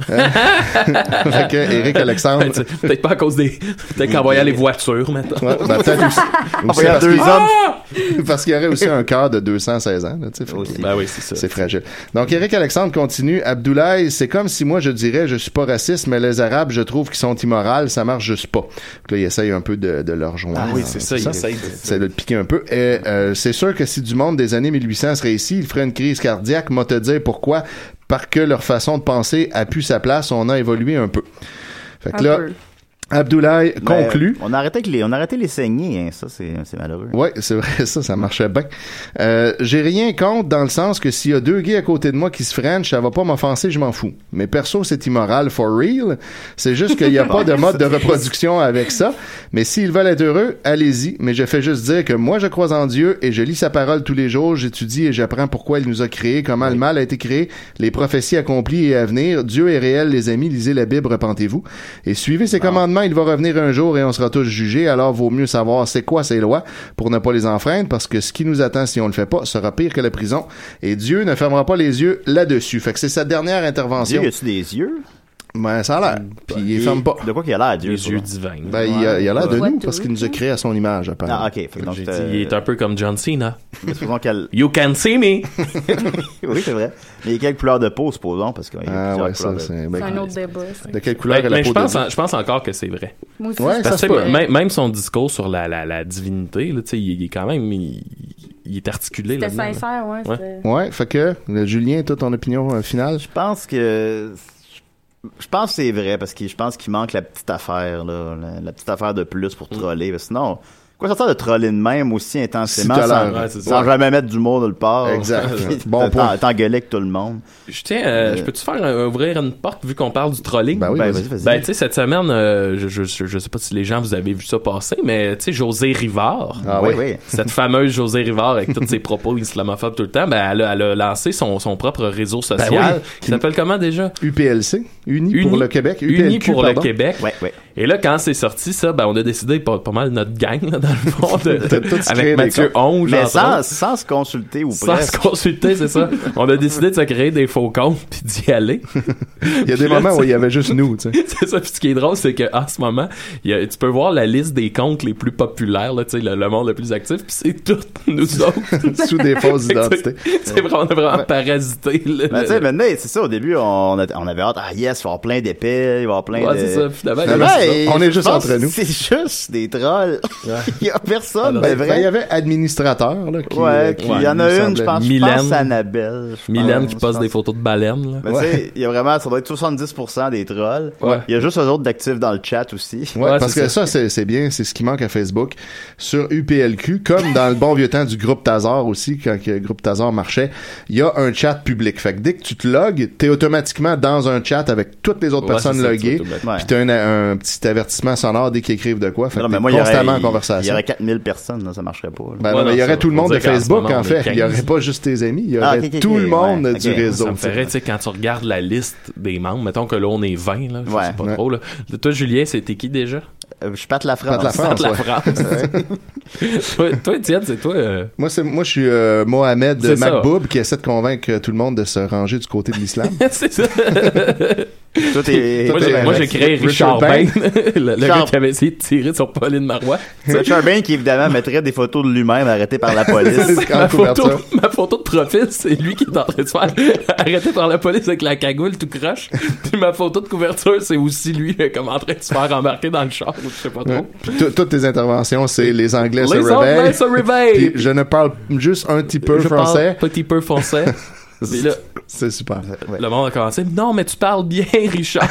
B: Euh, fait que Eric Alexandre.
C: Ben, tu sais, Peut-être pas à cause des. Peut-être qu'en voyant les voitures maintenant.
B: Ouais, ben, peut-être aussi.
C: En
B: aussi
C: voyant
B: parce
C: Ah, deux
B: qu'il-
C: hommes.
B: parce qu'il y aurait aussi un cœur de 216 ans. là, tu sais, fait que- C'est fragile. Donc, Eric Alexandre continue. Abdoulaye, c'est comme si moi je dirais je suis pas raciste, mais les Arabes, je trouve qu'ils sont immoraux, ça marche juste pas. Donc là, il essaye un peu de, de leur joindre.
C: Ah oui, c'est ça,
B: Tout
C: il essaye de-
B: ça doit le piquer un peu. Et, euh, c'est sûr que si du monde des années 1800 serait ici, il ferait une crise cardiaque. Moi, te dire pourquoi. Parce que leur façon de penser a pu sa place. On a évolué un peu. Fait que
A: Un
B: là,
A: peu.
B: Abdoulaye
A: Mais euh,
B: conclut.
A: On a arrêté, avec les, on a arrêté les saignées, hein. ça, c'est c'est malheureux.
B: Ouais, c'est vrai, ça, ça marchait bien. Euh, j'ai rien contre dans le sens que s'il y a deux gays à côté de moi qui se frenchent, ça va pas m'offenser, je m'en fous. Mais perso, c'est immoral, for real. C'est juste qu'il n'y a pas de mode de reproduction avec ça. Mais s'ils veulent être heureux, allez-y. Mais je fais juste dire que moi, je crois en Dieu et je lis sa parole tous les jours, j'étudie et j'apprends pourquoi il nous a créés, comment le mal a été créé, les prophéties accomplies et à venir. Dieu est réel, les amis, lisez la Bible, repentez-vous. Et suivez ses commandements, il va revenir un jour et on sera tous jugés, alors vaut mieux savoir c'est quoi ces lois pour ne pas les enfreindre, parce que ce qui nous attend si on le fait pas sera pire que la prison. Et Dieu ne fermera pas les yeux là-dessus. Fait que c'est sa dernière intervention.
A: Dieu, y a-tu des yeux?
B: Ben, ça a l'air. Puis il ferme pas.
A: De quoi qu'il a l'air, Dieu?
C: Les yeux divins.
B: Ben, il a il a l'air de
A: Ouais.
B: nous, parce qu'il nous a créés à son image, apparemment.
A: Ah, ok. Fait que donc,
C: J'ai dit,
A: euh,
C: il est un peu comme John Cena.
A: mais supposons qu'elle-
C: You can see me!
A: oui, c'est vrai. Mais il y a quelques couleurs de peau, supposons, parce qu'il y a
B: Ah,
A: plusieurs
B: ouais, ça,
A: couleurs de-
B: c'est- ben,
D: C'est un autre débat. ça.
B: De quelle couleur
C: Ben,
B: est la
C: ben,
B: peau
C: je
B: de
C: pense,
B: Dieu?
C: en- je pense encore que c'est vrai.
D: Moi aussi,
B: Ouais,
D: je
B: ça
D: pense
C: Parce que,
D: que-
C: même, même son discours sur la, la, la divinité, là, tu sais, il, il est quand même. Il, il est articulé
D: C'était
C: là-dedans, là
D: sincère, ouais. c'était-
B: Ouais, fait que, le Julien, toi, ton opinion euh, finale?
A: Je pense que. Je pense que c'est vrai, parce que je pense qu'il manque la petite affaire, là, la, la petite affaire de plus pour troller. Parce que sinon, quoi ça sert de troller de même aussi intensément
B: Si t'as
A: sans,
B: l'air. Ouais, c'est ça.
A: sans jamais mettre d'humour nulle part?
B: Exact.
A: bon
B: Bon point.
A: T'engueuler avec tout le monde.
C: Je tiens, euh,
A: Euh,
C: je peux-tu faire un- ouvrir une porte vu qu'on parle du trolling?
B: Ah
A: Ben oui, Ben, vas-y, vas-y.
C: Ben, tu sais, cette semaine, euh, je, je, je- je sais pas si les gens vous avez vu ça passer, mais tu sais, José Rivard.
A: Ah oui, oui.
C: Cette fameuse José Rivard avec tous ses propos islamophobes tout le temps, ben, elle a, elle a lancé son, son propre réseau social
B: Ben oui.
C: qui s'appelle comment déjà?
B: UPLC, Uni,
C: Uni-
B: pour le Québec.
C: Uni
B: UPLQ,
C: pour
B: pardon.
C: le Québec.
A: Ouais, ouais.
C: Et là, quand c'est sorti, ça, ben, on a décidé, pas, pas mal notre gang, là, dans le fond, de-
A: T'as tout créé
C: avec Mathieu
A: des comptes.
C: Onge.
A: Mais
C: entre
A: sans,
C: autres.
A: sans se consulter ou
C: Sans se
A: presque.
C: consulter, c'est ça. On a décidé de se créer des faux comptes puis d'y aller.
B: Il y a des moments où il y avait juste nous, tu sais.
C: c'est ça. Puis ce qui est drôle, c'est qu'en ce moment, il y a- tu peux voir la liste des comptes les plus populaires, là, tu sais, le, le monde le plus actif, puis c'est tous nous autres.
B: Sous des fausses
C: Fait que c'est-
B: identités.
C: C'est vraiment, on a vraiment parasité. le-
A: Mais Ben, tu
C: le-
A: sais, maintenant, c'est ça, au début, on, a- on avait hâte, ah yes, il va y avoir plein d'épées, il va y avoir plein
C: Ouais,
A: de...
C: c'est ça,
A: ben,
C: finalement,
B: il y a-
A: et
B: on est
A: je
B: juste
A: pense
B: entre nous.
A: C'est juste des trolls. il y a personne,
B: Ben,
A: mais
B: ben, il y
A: vrai.
B: avait administrateur, là, qui, euh,
A: ouais, puis il y en a
B: nous
A: une,
B: semblait-
A: je pense, je pense à Annabelle. je
C: Mylène
A: pense,
C: qui
A: euh, je
C: passe
A: pense.
C: des photos de baleines. là.
A: Mais tu sais, il y a vraiment, ça doit être 70% des trolls.
C: Ouais.
A: Il y a juste eux autres d'actifs dans le chat aussi.
B: Ouais, parce que ça, c'est- c'est bien, c'est ce qui manque à Facebook. Sur UPLQ, comme dans le bon vieux temps du groupe Tazar aussi, quand que le groupe Tazar marchait, il y a un chat public. Fait que dès que tu te logues, t'es automatiquement dans un chat avec toutes les autres
A: Ouais,
B: personnes
A: c'est ça,
B: loguées.
A: tu
B: Puis
A: t'automatiques.
B: t'as un, un petit avertissement sonore dès qu'ils écrivent de quoi. Fait
A: Non,
B: que
A: mais
B: t'es
A: moi, il y aurait-
B: constamment en
A: il- Il y
B: conversation.
A: aurait 4000 personnes, là, ça marcherait pas. là.
B: Ben non, mais il y aurait tout le monde de Facebook, en fait. Il y aurait pas juste tes amis, il y aurait
A: Ah, ok, ok,
B: tout
A: ok,
B: le monde
A: ouais,
B: du
A: ok.
B: réseau.
C: Ça me
B: tu sais.
C: ferait, tu sais, quand tu regardes la liste des membres, mettons que là, on est 20, là, je sais pas trop, là. Toi, Julien, c'était qui déjà?
A: Euh, je patte la France.
B: Patte la France,
C: la
B: ouais.
C: France. toi, toi, Étienne, c'est toi... euh,
B: Moi, c'est, moi, je suis euh, Mohamed
C: C'est ça.
B: Macboub qui essaie de convaincre euh, tout le monde de se ranger du côté de l'islam.
C: c'est ça.
A: Toi, t'es-
C: moi,
A: toi,
C: j'ai-
A: t'es-
C: moi, j'ai créé Richard,
A: Richard
C: Bain,
A: Bain.
C: le, le gars
A: Richard-
C: qui avait essayé de tirer sur Pauline Marois.
A: Richard Bain qui évidemment mettrait des photos de lui-même arrêté par la police.
C: ma, photo, ma photo de profil, c'est lui qui est en train de se faire arrêter par la police avec la cagoule tout croche. Puis ma photo de couverture, c'est aussi lui euh, comme en train de se faire embarquer dans le char, ou je sais pas trop.
B: Ouais. Puis tout- toutes tes interventions, c'est les Anglais se
C: Les
B: réveillent.
C: Anglais se réveillent.
B: Puis je ne parle juste un petit peu
C: Je parle
B: français.
C: petit peu français. Puis là,
B: c'est super.
C: Le monde a commencé. Non, mais tu parles bien, Richard.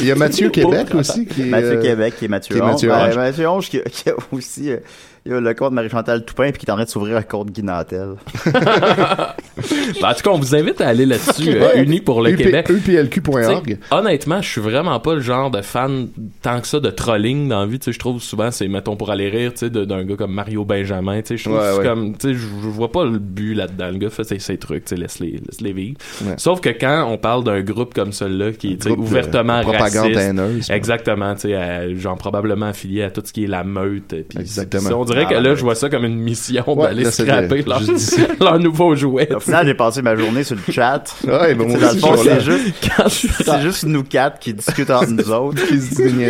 B: Il y a
C: Oh,
B: Mathieu Québec aussi qui est,
A: Mathieu
B: euh,
A: Québec qui est Mathieu
B: qui est
A: Honge.
B: Mathieu
A: Ben,
B: Honge.
A: Mathieu Honge qui, a- qui a aussi euh, il y a le compte Marie-Chantal Toupin puis qui est en train de s'ouvrir un compte Guy Nantel.
C: Ben, en tout cas, on vous invite à aller là-dessus, euh,
B: Ouais. E
C: unis pour le
B: UP-
C: Québec.
B: UPLQ.org.
C: Tu sais, Honnêtement, je suis vraiment pas le genre de fan tant que ça de trolling dans la vie. Tu sais, je trouve souvent c'est mettons pour aller rire, tu sais, de- d'un gars comme Mario Benjamin. Tu sais, je trouve
B: Ouais,
C: que c'est
B: ouais.
C: comme, tu sais, je je vois pas le but là-dedans. Le gars fait ses, ses trucs, tu sais, laisse les, laisse les vivre.
B: Ouais.
C: Sauf que quand on parle d'un groupe comme celui-là qui est tu sais,
B: groupe de-
C: ouvertement
B: de propagande
C: raciste,
B: haineuse, ouais.
C: exactement, tu sais, à- genre probablement affilié à tout ce qui est la meute. euh, puis-
B: Exactement.
C: puis on dirait
B: Ah,
C: que
B: la
C: là,
B: meute.
C: je vois ça comme une mission
B: Ouais,
C: d'aller
B: là, c'est
C: scraper
B: de-
C: leur,
B: juste d'ici.
C: leur nouveau jouet.
A: Au final, j'ai passé ma journée sur le chat.
B: Ouais, ben, moi
A: dans
B: aussi,
A: le fond,
B: je suis
A: c'est
B: là.
A: juste,
C: Quand je suis
A: c'est juste nous quatre qui discutons entre nous autres.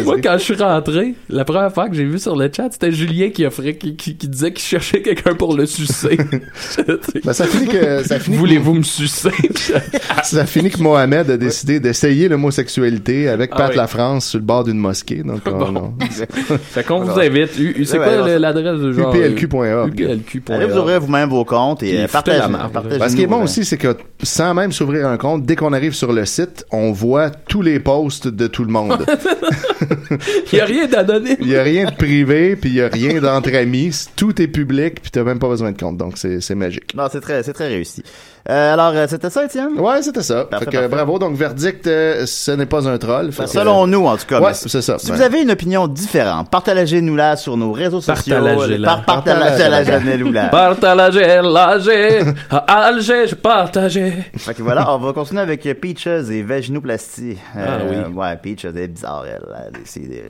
C: Moi, quand je suis rentré, la première fois que j'ai vu sur le chat, c'était Julien qui offrait, qui, qui- qui disait qu'il cherchait quelqu'un pour le sucer.
B: Ben, ça finit que- ça finit que-
C: Voulez-vous me sucer? Ah.
B: Ça finit que Mohamed a décidé d'essayer l'homosexualité avec
C: Ah
B: Pat
C: oui.
B: La France sur le bord d'une mosquée. Donc, oh on-
C: Bon.
B: on-
C: fait qu'on vous invite. U- U- C'est
B: ben,
A: Ouais,
C: quoi
A: ouais,
C: le-
A: on-
C: l'adresse de genre? euh,
B: UPLQ.org.
C: UPLQ.org.
A: Allez vous ouvrir vous-même vos comptes
B: Puis
A: et euh,
B: foutez la
A: partagez.
B: marde.
A: partagez-nous,
B: Parce qui est bon
A: ouais.
B: aussi, c'est que sans même s'ouvrir un compte, dès qu'on arrive sur le site, on voit tous les posts de tout le monde.
C: Il n'y a rien d'anonyme.
B: Il n'y a rien de privé, puis il n'y a rien d'entre amis. Tout est public, puis t'as même pas besoin de compte. Donc, c'est c'est magique.
A: Non, c'est très, c'est très réussi. Euh, alors, euh, c'était ça, Étienne?
B: Ouais, c'était ça. Fait que, bravo. Donc, verdict, euh, ce n'est pas un troll. Fait
A: Ben,
B: que-
A: selon nous, en tout cas.
B: Ouais,
A: mais-
B: c'est ça.
A: Si
B: Ben,
A: vous avez une opinion différente, partagez-nous-la sur nos réseaux sociaux.
C: Partagez-la.
A: Par- Partagez-la.
C: Partagez, lâgez, à Alger, je partageais.
A: Fait que voilà, on va continuer avec euh, Peaches et vaginoplastie. Euh,
C: Ah oui.
A: Ouais, Peaches, elle est bizarre, elle. elle, est- c'est euh, des-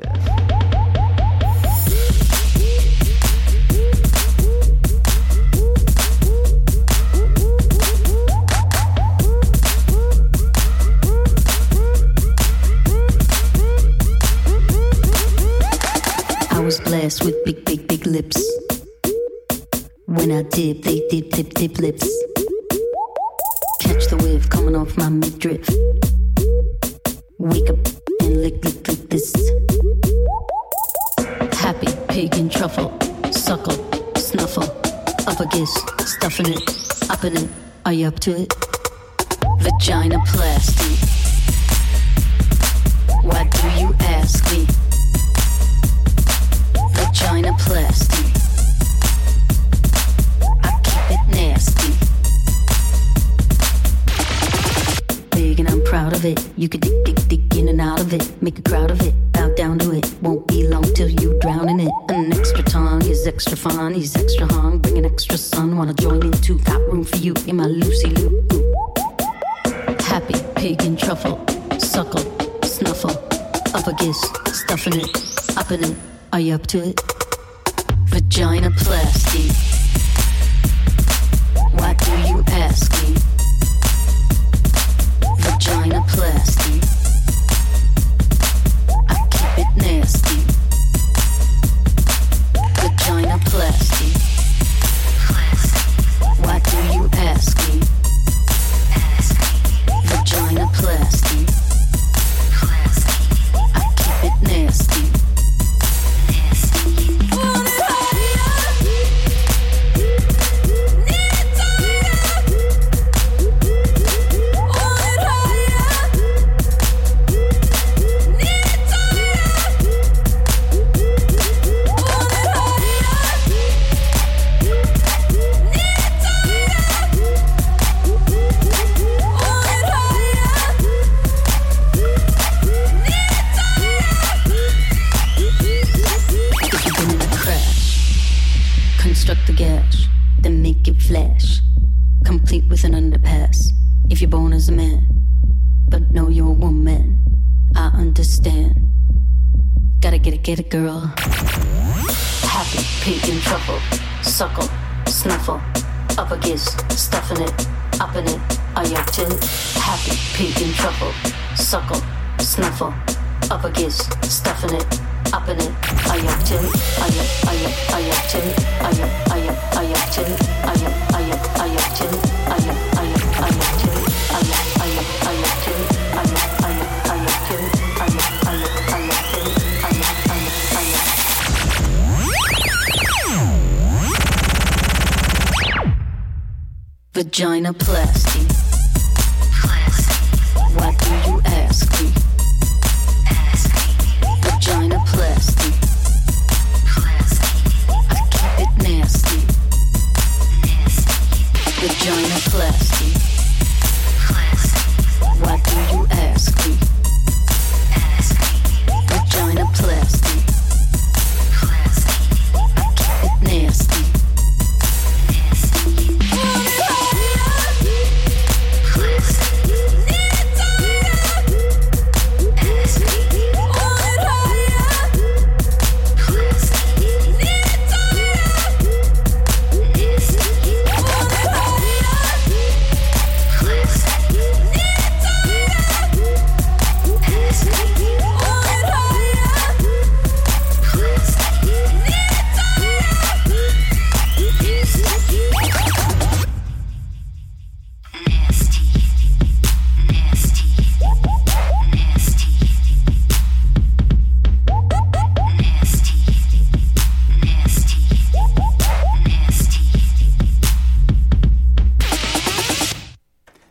H: I was blessed with big, big, big lips. When I dip, they dip, dip, dip lips. Catch the wave coming off my midriff. Wake up and lick, lick, lick this. Happy pig and truffle, suckle, snuffle, upperkiss, stuffing it, upping it. Are you up to it? Vagina plastic. Why do you ask me? vagina plastic. I keep it nasty. Big and I'm proud of it. You can dig, dig, dig in and out of it. Make a crowd of it. Bow down to it. Won't be long till you drown in it. An extra tongue is extra fun. He's extra hung. Bring an extra son. Wanna join in too. Got room for you in my Lucy Lou. Happy pig and truffle. Suckle, snuffle, Up against, stuffing it, up in it. Are you up to it? Vagina plasty. Why do you ask me? Vagina plasty. I keep it nasty. Vagina plasty. Why do you ask me? Vagina plasty. I keep it nasty. Begin to crash. Construct the gash, then make it flash. Complete with an underpass. If you're born as a man, but no, you're a woman. I understand. Gotta get it, get it, girl. Happy, pig, and truffle. Suckle, snuffle. Up against, stuffing it. Up in it, are you up to it? Happy, pig, and truffle. Suckle, snuffle. Up against, stuffing it. Up in it, are you up to it? Are you, are you, are you up to it? Are you, are you, are you up to it? Are you, are you, are you up to it? Are you, are you, are you up to it? Are you, are you, are you up to it? Are you, are you, are you up to it? Are you, are you, are you up to it? Are you, are you, are you? Vagina plasty. Why do you ask me? Vagina plasty. I keep it nasty. Vagina plasty. Why do you ask me? Vagina plasty. I keep it nasty.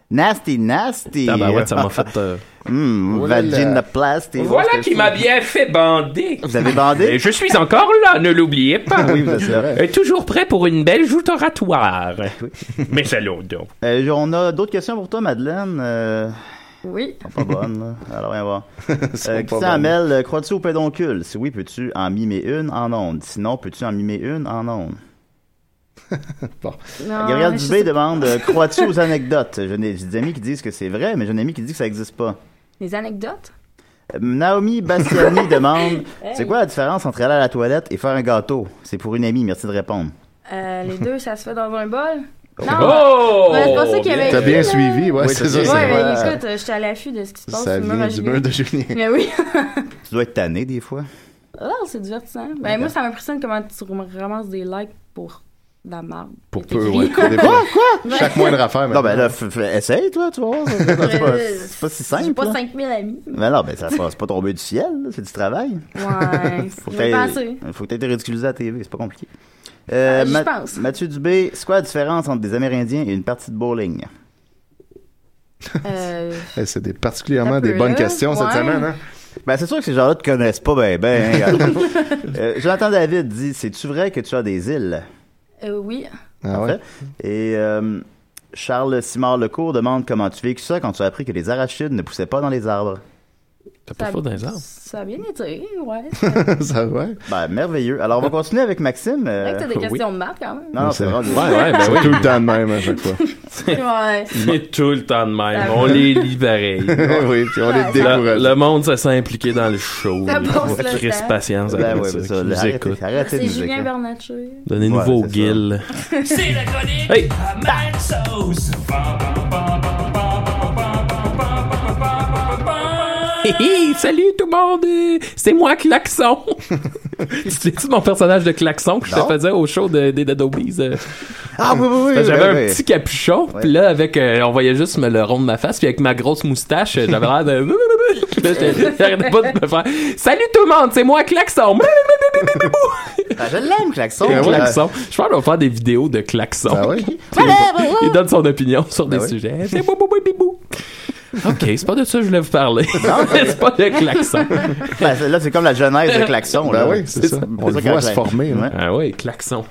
A: Nasty, nasty.
C: Ah, ben ouais, ça m'a fait. euh,
A: Hmm,
C: Voilà.
A: vagina plasty.
J: Voilà qui m'a bien fait bander.
A: Vous avez bandé?
J: Et Je suis encore là, ne l'oubliez pas.
A: Oui, vous êtes vrai.
J: Et toujours prêt pour une belle joute oratoire. Mais allons donc.
A: Euh, on a d'autres questions pour toi, Madeleine. Euh,
D: Oui.
A: elles sont pas bonnes. là. Alors, viens voir. euh,
D: pas
A: Christian
D: bonnes.
A: Amel, euh, crois-tu au pédoncule? Si oui, peux-tu en mimer une en onde? Sinon, peux-tu en mimer une en onde? bon.
D: Non,
A: Gabriel
D: Ah, mais je
A: Dubé
D: sais pas.
A: demande euh, Crois-tu aux anecdotes J'ai des j'ai des amis qui disent que c'est vrai, mais j'ai un ami qui dit que ça n'existe pas.
D: Les anecdotes?
A: Euh, Naomi Bastiani demande
D: Hey.
A: C'est quoi la différence entre aller à la toilette et faire un gâteau C'est pour une amie, merci de répondre.
D: Euh, les deux, ça se fait dans un bol? Non!
A: Oh!
D: mais c'est pas ça qu'il y avait
B: T'as
D: écrit,
A: euh,
B: bien
D: là.
B: suivi, ouais, c'est ça.
D: Ouais, mais
A: vrai.
D: écoute, euh, j'étais à l'affût de ce qui se passe.
A: Ça
D: sur le
A: vient
D: à
A: du
D: Julien.
A: beurre de Julien.
D: Mais oui.
A: Tu dois être tanné des fois.
D: Ah non, c'est divertissant. Ben, moi, ça m'impressionne comment tu ramasses des likes pour de la marde.
B: Pour
A: peu,
B: ouais.
A: Quoi,
B: Quoi?
A: quoi?
B: Chaque moindre affaire,
A: Non, ben là, f- f- essaye, toi, tu vas voir. C'est pas, c'est pas- c'est pas si simple.
D: J'ai pas
A: là.
D: 5000 amis.
A: Mais non, ben ça va c'est pas tomber du ciel, là, c'est du travail.
D: Ouais,
A: faut que
D: je
A: t'aies-
D: vais penser.
A: faut que t'aies été ridiculisé à la TV, c'est pas compliqué. Euh,
D: j'y
A: Ma-
D: pense.
A: Mathieu Dubé, c'est quoi la différence entre des Amérindiens et une partie de bowling?
D: Euh,
B: Eh, C'est des- particulièrement
A: peu,
B: des bonnes
A: là.
B: questions cette
A: Ouais.
B: semaine, hein?
A: Ben, c'est sûr que ces gens-là te connaissent pas ben ben. hein, gars. Euh, Jonathan David dit, c'est-tu vrai que tu as des îles?
D: euh, oui.
C: Ah
B: Ah
A: Parfait. Et euh, Charles Simard Lecourt demande comment tu vécu ça quand tu as appris que les arachides ne poussaient pas dans les arbres.
C: T'as
D: Ça
C: pas
D: a-
C: faux dans les arbres.
D: Ça a bien été, ouais.
B: ça va.
A: Ben, merveilleux.
C: Ah.
A: Alors, on va continuer avec Maxime.
D: C'est vrai que t'as des
A: euh,
D: questions de maths quand même.
A: Non, non, c'est vrai.
C: ben
B: C'est tout le temps de même à chaque fois.
D: Ouais.
C: C'est tout le temps de même. On les lit pareil.
B: oui, puis on les
C: Le-
B: décourage.
C: Le, monde, ça s'est impliqué dans le show.
D: Ça passe le
C: Chris
D: temps.
C: Patience,
A: Ben
C: avec
A: ouais,
C: ça,
A: ben ça,
C: qui nous
A: arrêtez-
C: écoute.
A: arrêtez
D: C'est Julien Bernatchez.
C: Donnez-nous
A: Ouais,
C: vos
A: c'est ça.
C: guilles.
M: C'est la chronique
C: Hey.
M: à Mad Sauce.
C: Hi, hi, salut tout le monde, euh, c'est moi Klaxon. tu tu mon personnage de Klaxon que je te
A: Non.
C: faisais au show de- des Dead Obies, euh?
A: Ah oui, oui, oui.
C: Parce que J'avais
A: oui,
C: un
A: oui.
C: petit capuchon,
A: Ouais.
C: puis là avec euh, on voyait juste me le rond de ma face, puis avec ma grosse moustache, euh, j'avais l'air de Puis là, j'étais- j'arrêtais pas de me faire Salut tout le monde, c'est moi Klaxon.
A: Ah, je l'aime, Klaxon.
C: Et
A: Euh,
C: klaxon.
B: ah.
C: Je pense qu'on va faire des vidéos de klaxon. Il donne son opinion sur
B: Ah
C: des sujets. C'est bou, bou, bou, bou, bou. OK, c'est pas de ça que je voulais vous parler. c'est pas de klaxon.
A: Ben, c'est- là, c'est comme la genèse de Klaxon.
C: Ben
A: là.
C: oui, c'est ça. On le
A: que
C: voit
A: je
C: se
A: l'aime.
C: former,
A: Ouais.
C: Ah oui, klaxon.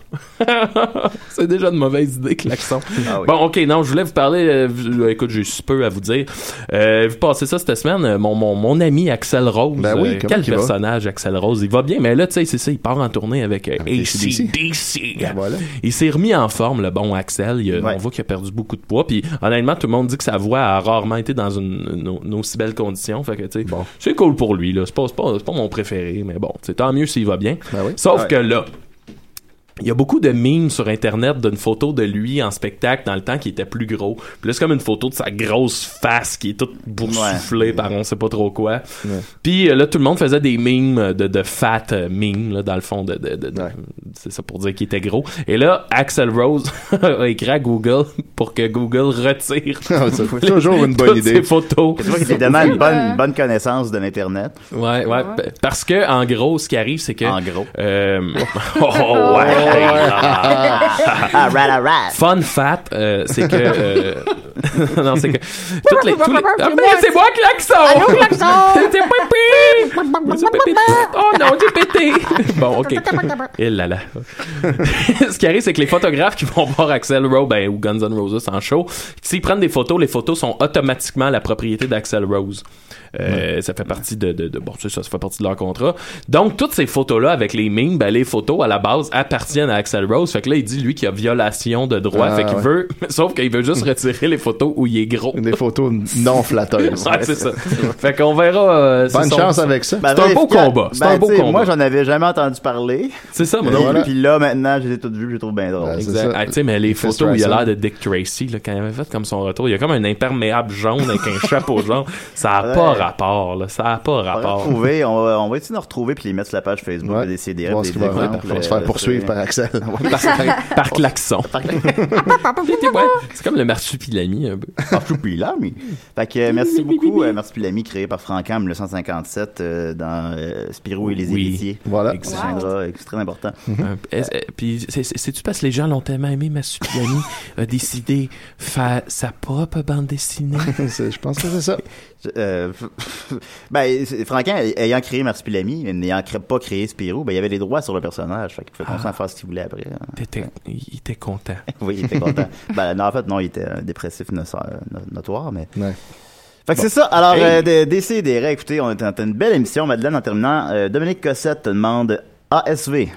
C: c'est déjà une mauvaise idée, klaxon.
A: Ah oui.
C: Bon, OK, non, je voulais vous parler. euh, vous- euh, écoute, j'ai si peu à vous dire. Euh, vous passez ça cette semaine, euh, mon, mon, mon ami Axel Rose.
B: Ben oui,
C: euh,
B: comment
C: quel
B: qu'il va?
C: personnage, Axel Rose. Il va bien, mais là, tu sais, c'est ça, il part en tournée avec, euh, AC/DC.
B: DC. Ah, Voilà.
C: Il s'est remis en forme, le bon Axel. Il a- On voit qu'il a perdu beaucoup de poids. Puis honnêtement, tout le monde dit que sa voix a rarement été dans une, une- une aussi belle condition. Fait que, tu sais, c'est cool pour lui. là. C'est pas, c'est pas, c'est pas mon préféré, mais bon, tu sais, tant mieux s'il va bien. Sauf
B: Ouais.
C: que là, il y a beaucoup de mimes sur Internet d'une photo de lui en spectacle dans le temps qui était plus gros. Puis là, c'est comme une photo de sa grosse face qui est toute boursouflée par on sait pas trop quoi. Puis euh, là, tout le monde faisait des mimes de, de fat euh, mimes, là, dans le fond. De, de- de- de- C'est ça pour dire qu'il était gros. Et là, Axel Rose a écrit à Google pour que Google retire
B: c'est toujours une bonne
C: toutes
B: idée.
C: ses photos.
A: C'est vrai qu'il te demande une
C: Euh.
A: bonne, une bonne connaissance de l'Internet.
C: Ouais, ouais. p- Parce que, en gros, ce qui arrive, c'est que. En
A: gros.
C: oh, ouais.
A: Ah, right, all right.
C: Fun fat, euh, c'est que. euh, non, c'est que. Toutes les, tous les- Ah,
M: C'est
C: mais
M: moi,
C: c'est moi, Klaxon!
M: Allô, Klaxon!
C: C'est Pépé! Oh non, j'ai pété! Bon, ok. Et là là. Ce qui arrive, c'est que les photographes qui vont voir Axel Rose ben, ou Guns N' Roses en show, s'ils prennent des photos, les photos sont automatiquement la propriété d'Axel Rose. Euh, Ça fait partie de, de, de- bon, c'est ça, ça fait partie de leur contrat. Donc toutes ces photos là avec les mimes, ben, les photos à la base appartiennent à Axel Rose. Fait que là il dit lui qu'il y a violation de droit,
B: Ah,
C: fait qu'il
B: ouais.
C: veut, sauf qu'il veut juste retirer les photos où il est gros.
B: Des photos non flatteuses.
C: Ouais, c'est ça. Fait qu'on verra. euh,
B: Bonne
C: c'est son-
B: chance avec ça.
C: C'est
A: Ben,
C: un beau
A: efficace.
C: combat. C'est
A: Ben,
C: un beau
A: tu sais,
C: combat.
A: Moi, j'en avais jamais entendu parler.
C: C'est ça, moi
A: Et
C: non plus.
A: Puis là, maintenant, je les ai toutes vues, puis je les trouve bien
B: Ben,
A: drôles.
C: Exact. Ah, tu sais, mais les photos où il a l'air de Dick Tracy, là, quand il avait fait comme son retour, il y a comme un imperméable jaune avec un chapeau jaune. Ça a pas
A: Ouais.
C: rapport, là. Ça a pas
A: On va,
C: rapport.
A: retrouver, on, va, on va essayer de retrouver puis les mettre sur la page Facebook des euh, CDR.
B: Voir ce qu'il va avoir. On va se faire poursuivre hein. par Axel.
C: Par, par klaxon. Ouais, C'est comme le marsupilami, un peu.
A: Ah, Marsupilami. Fait que euh, merci beaucoup, euh, merci Pilami, créé par Franck en 1957 euh, dans euh, Spirou et les
C: Oui.
A: Héritiers.
B: Voilà.
A: Exact. Extrême important.
C: Un- est-ce- euh, Puis, c'est- c'est- c'est-tu parce que les gens l'ont tellement aimé, Marsupilami a décidé faire sa propre bande dessinée?
B: je pense que c'est ça.
A: Euh, ben, c'est- Franquin, ayant créé Marsupilami, mais n'ayant cré- pas créé Spirou, ben, il avait les droits sur le personnage. Fait qu'il
B: Ah.
A: pouvait continuer à faire ce qu'il voulait après. hein.
C: Il était content.
A: Oui, il était content. ben, non, en fait, non, il était un dépressif no- no- notoire, mais. Fait que c'est ça. Alors,
B: Hey.
A: euh, des- d'essayer des règles. écoutez, on est en- une belle émission, Madeleine, en terminant. euh, Dominique Cossette te demande ASV.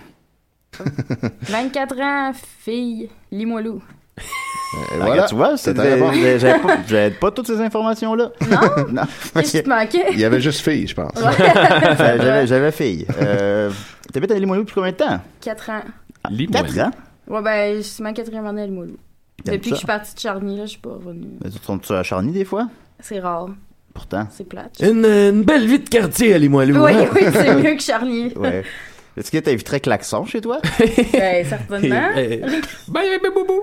D: 24 ans, fille, lis-moi loup.
A: Et
B: voilà.
A: tu vois, c'est
B: C'était
A: des-
B: la bonne.
A: des- j'avais pas, j'avais pas toutes ces informations-là. Non? non.
D: Qu'est-ce qui te manquait?
B: Il y avait juste fille, je pense.
A: J'avais- j'avais- J'avais fille. Euh, T'habites à Limoilou depuis combien de temps?
D: 4 ans.
A: Quatre ans?
D: Ouais, ben, c'est ma quatrième année à lis-moi loup.
A: T'aimes
D: Depuis
A: ça?
D: que je suis partie de Charny, là, je suis pas revenue.
A: Mais tu te sens-tu à Charny des fois?
D: C'est rare.
A: Pourtant.
D: C'est plate.
A: Eh,
C: Une, une belle vie de quartier, allez-moi, hein?
D: Oui, oui, c'est mieux que Charny.
A: Ouais. Est-ce que t'inviterais Klaxon chez toi?
D: Ben, certainement.
A: Eh, eh.
C: Bye, bye, boubou.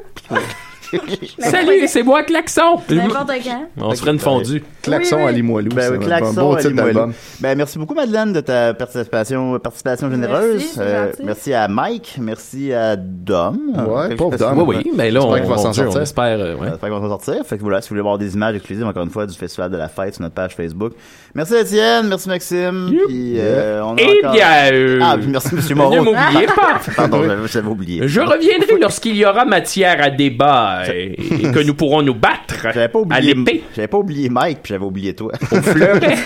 C: Salut, c'est moi, Klaxon!
D: N'importe quand.
C: On se ferait une fondue.
B: Klaxon à Limoilou,
A: Ben
B: c'est
A: oui,
B: un
A: klaxon
B: bon
A: à
B: titre
A: Limoilou.
B: d'album.
A: Ben, merci beaucoup, Madeleine, de ta participation, participation généreuse. Euh,
D: Merci, c'est gentil.
A: merci à Mike. Merci à Dom.
B: Ouais,
A: Quelque
B: pauvre
A: chose
B: Dom.
A: comme
C: Oui,
A: ça.
C: oui, mais là,
A: Ah, ben, J'espère qu'il va
C: on- on-
A: s'en
C: on
A: sortir. Ah,
C: espère, euh, ouais.
A: J'espère qu'il va s'en sortir. Fait que voilà, si vous voulez voir des images exclusives, encore une fois, du Festival de la Fête sur notre page Facebook. Merci, Étienne. Merci, Maxime. Puis, euh, on a
C: Eh
A: encore-
C: bien, euh,
A: Ah, puis merci, Monsieur
C: ne
A: Moreau.
C: m'oubliez pas.
A: Pardon, j'avais j'avais oublié.
C: Je reviendrai lorsqu'il y aura matière à débat. et, et que nous pourrons nous battre à l'épée.
A: J'avais pas oublié Mike, puis j'avais oublié toi.
C: Au fleuret.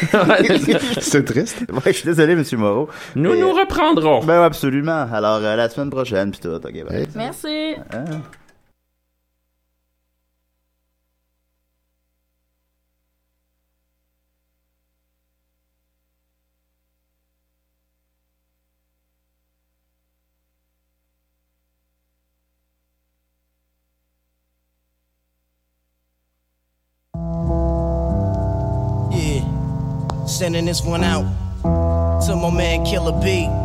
A: C'est triste. Ouais, je suis désolé, Monsieur Moreau.
C: Nous
A: Mais-
C: nous reprendrons.
A: Ben ouais, absolument. Alors, euh, la semaine prochaine, puis tout. OK, bye.
D: Merci.
A: Ah.
O: Yeah. Sending this one out to my man Killer B.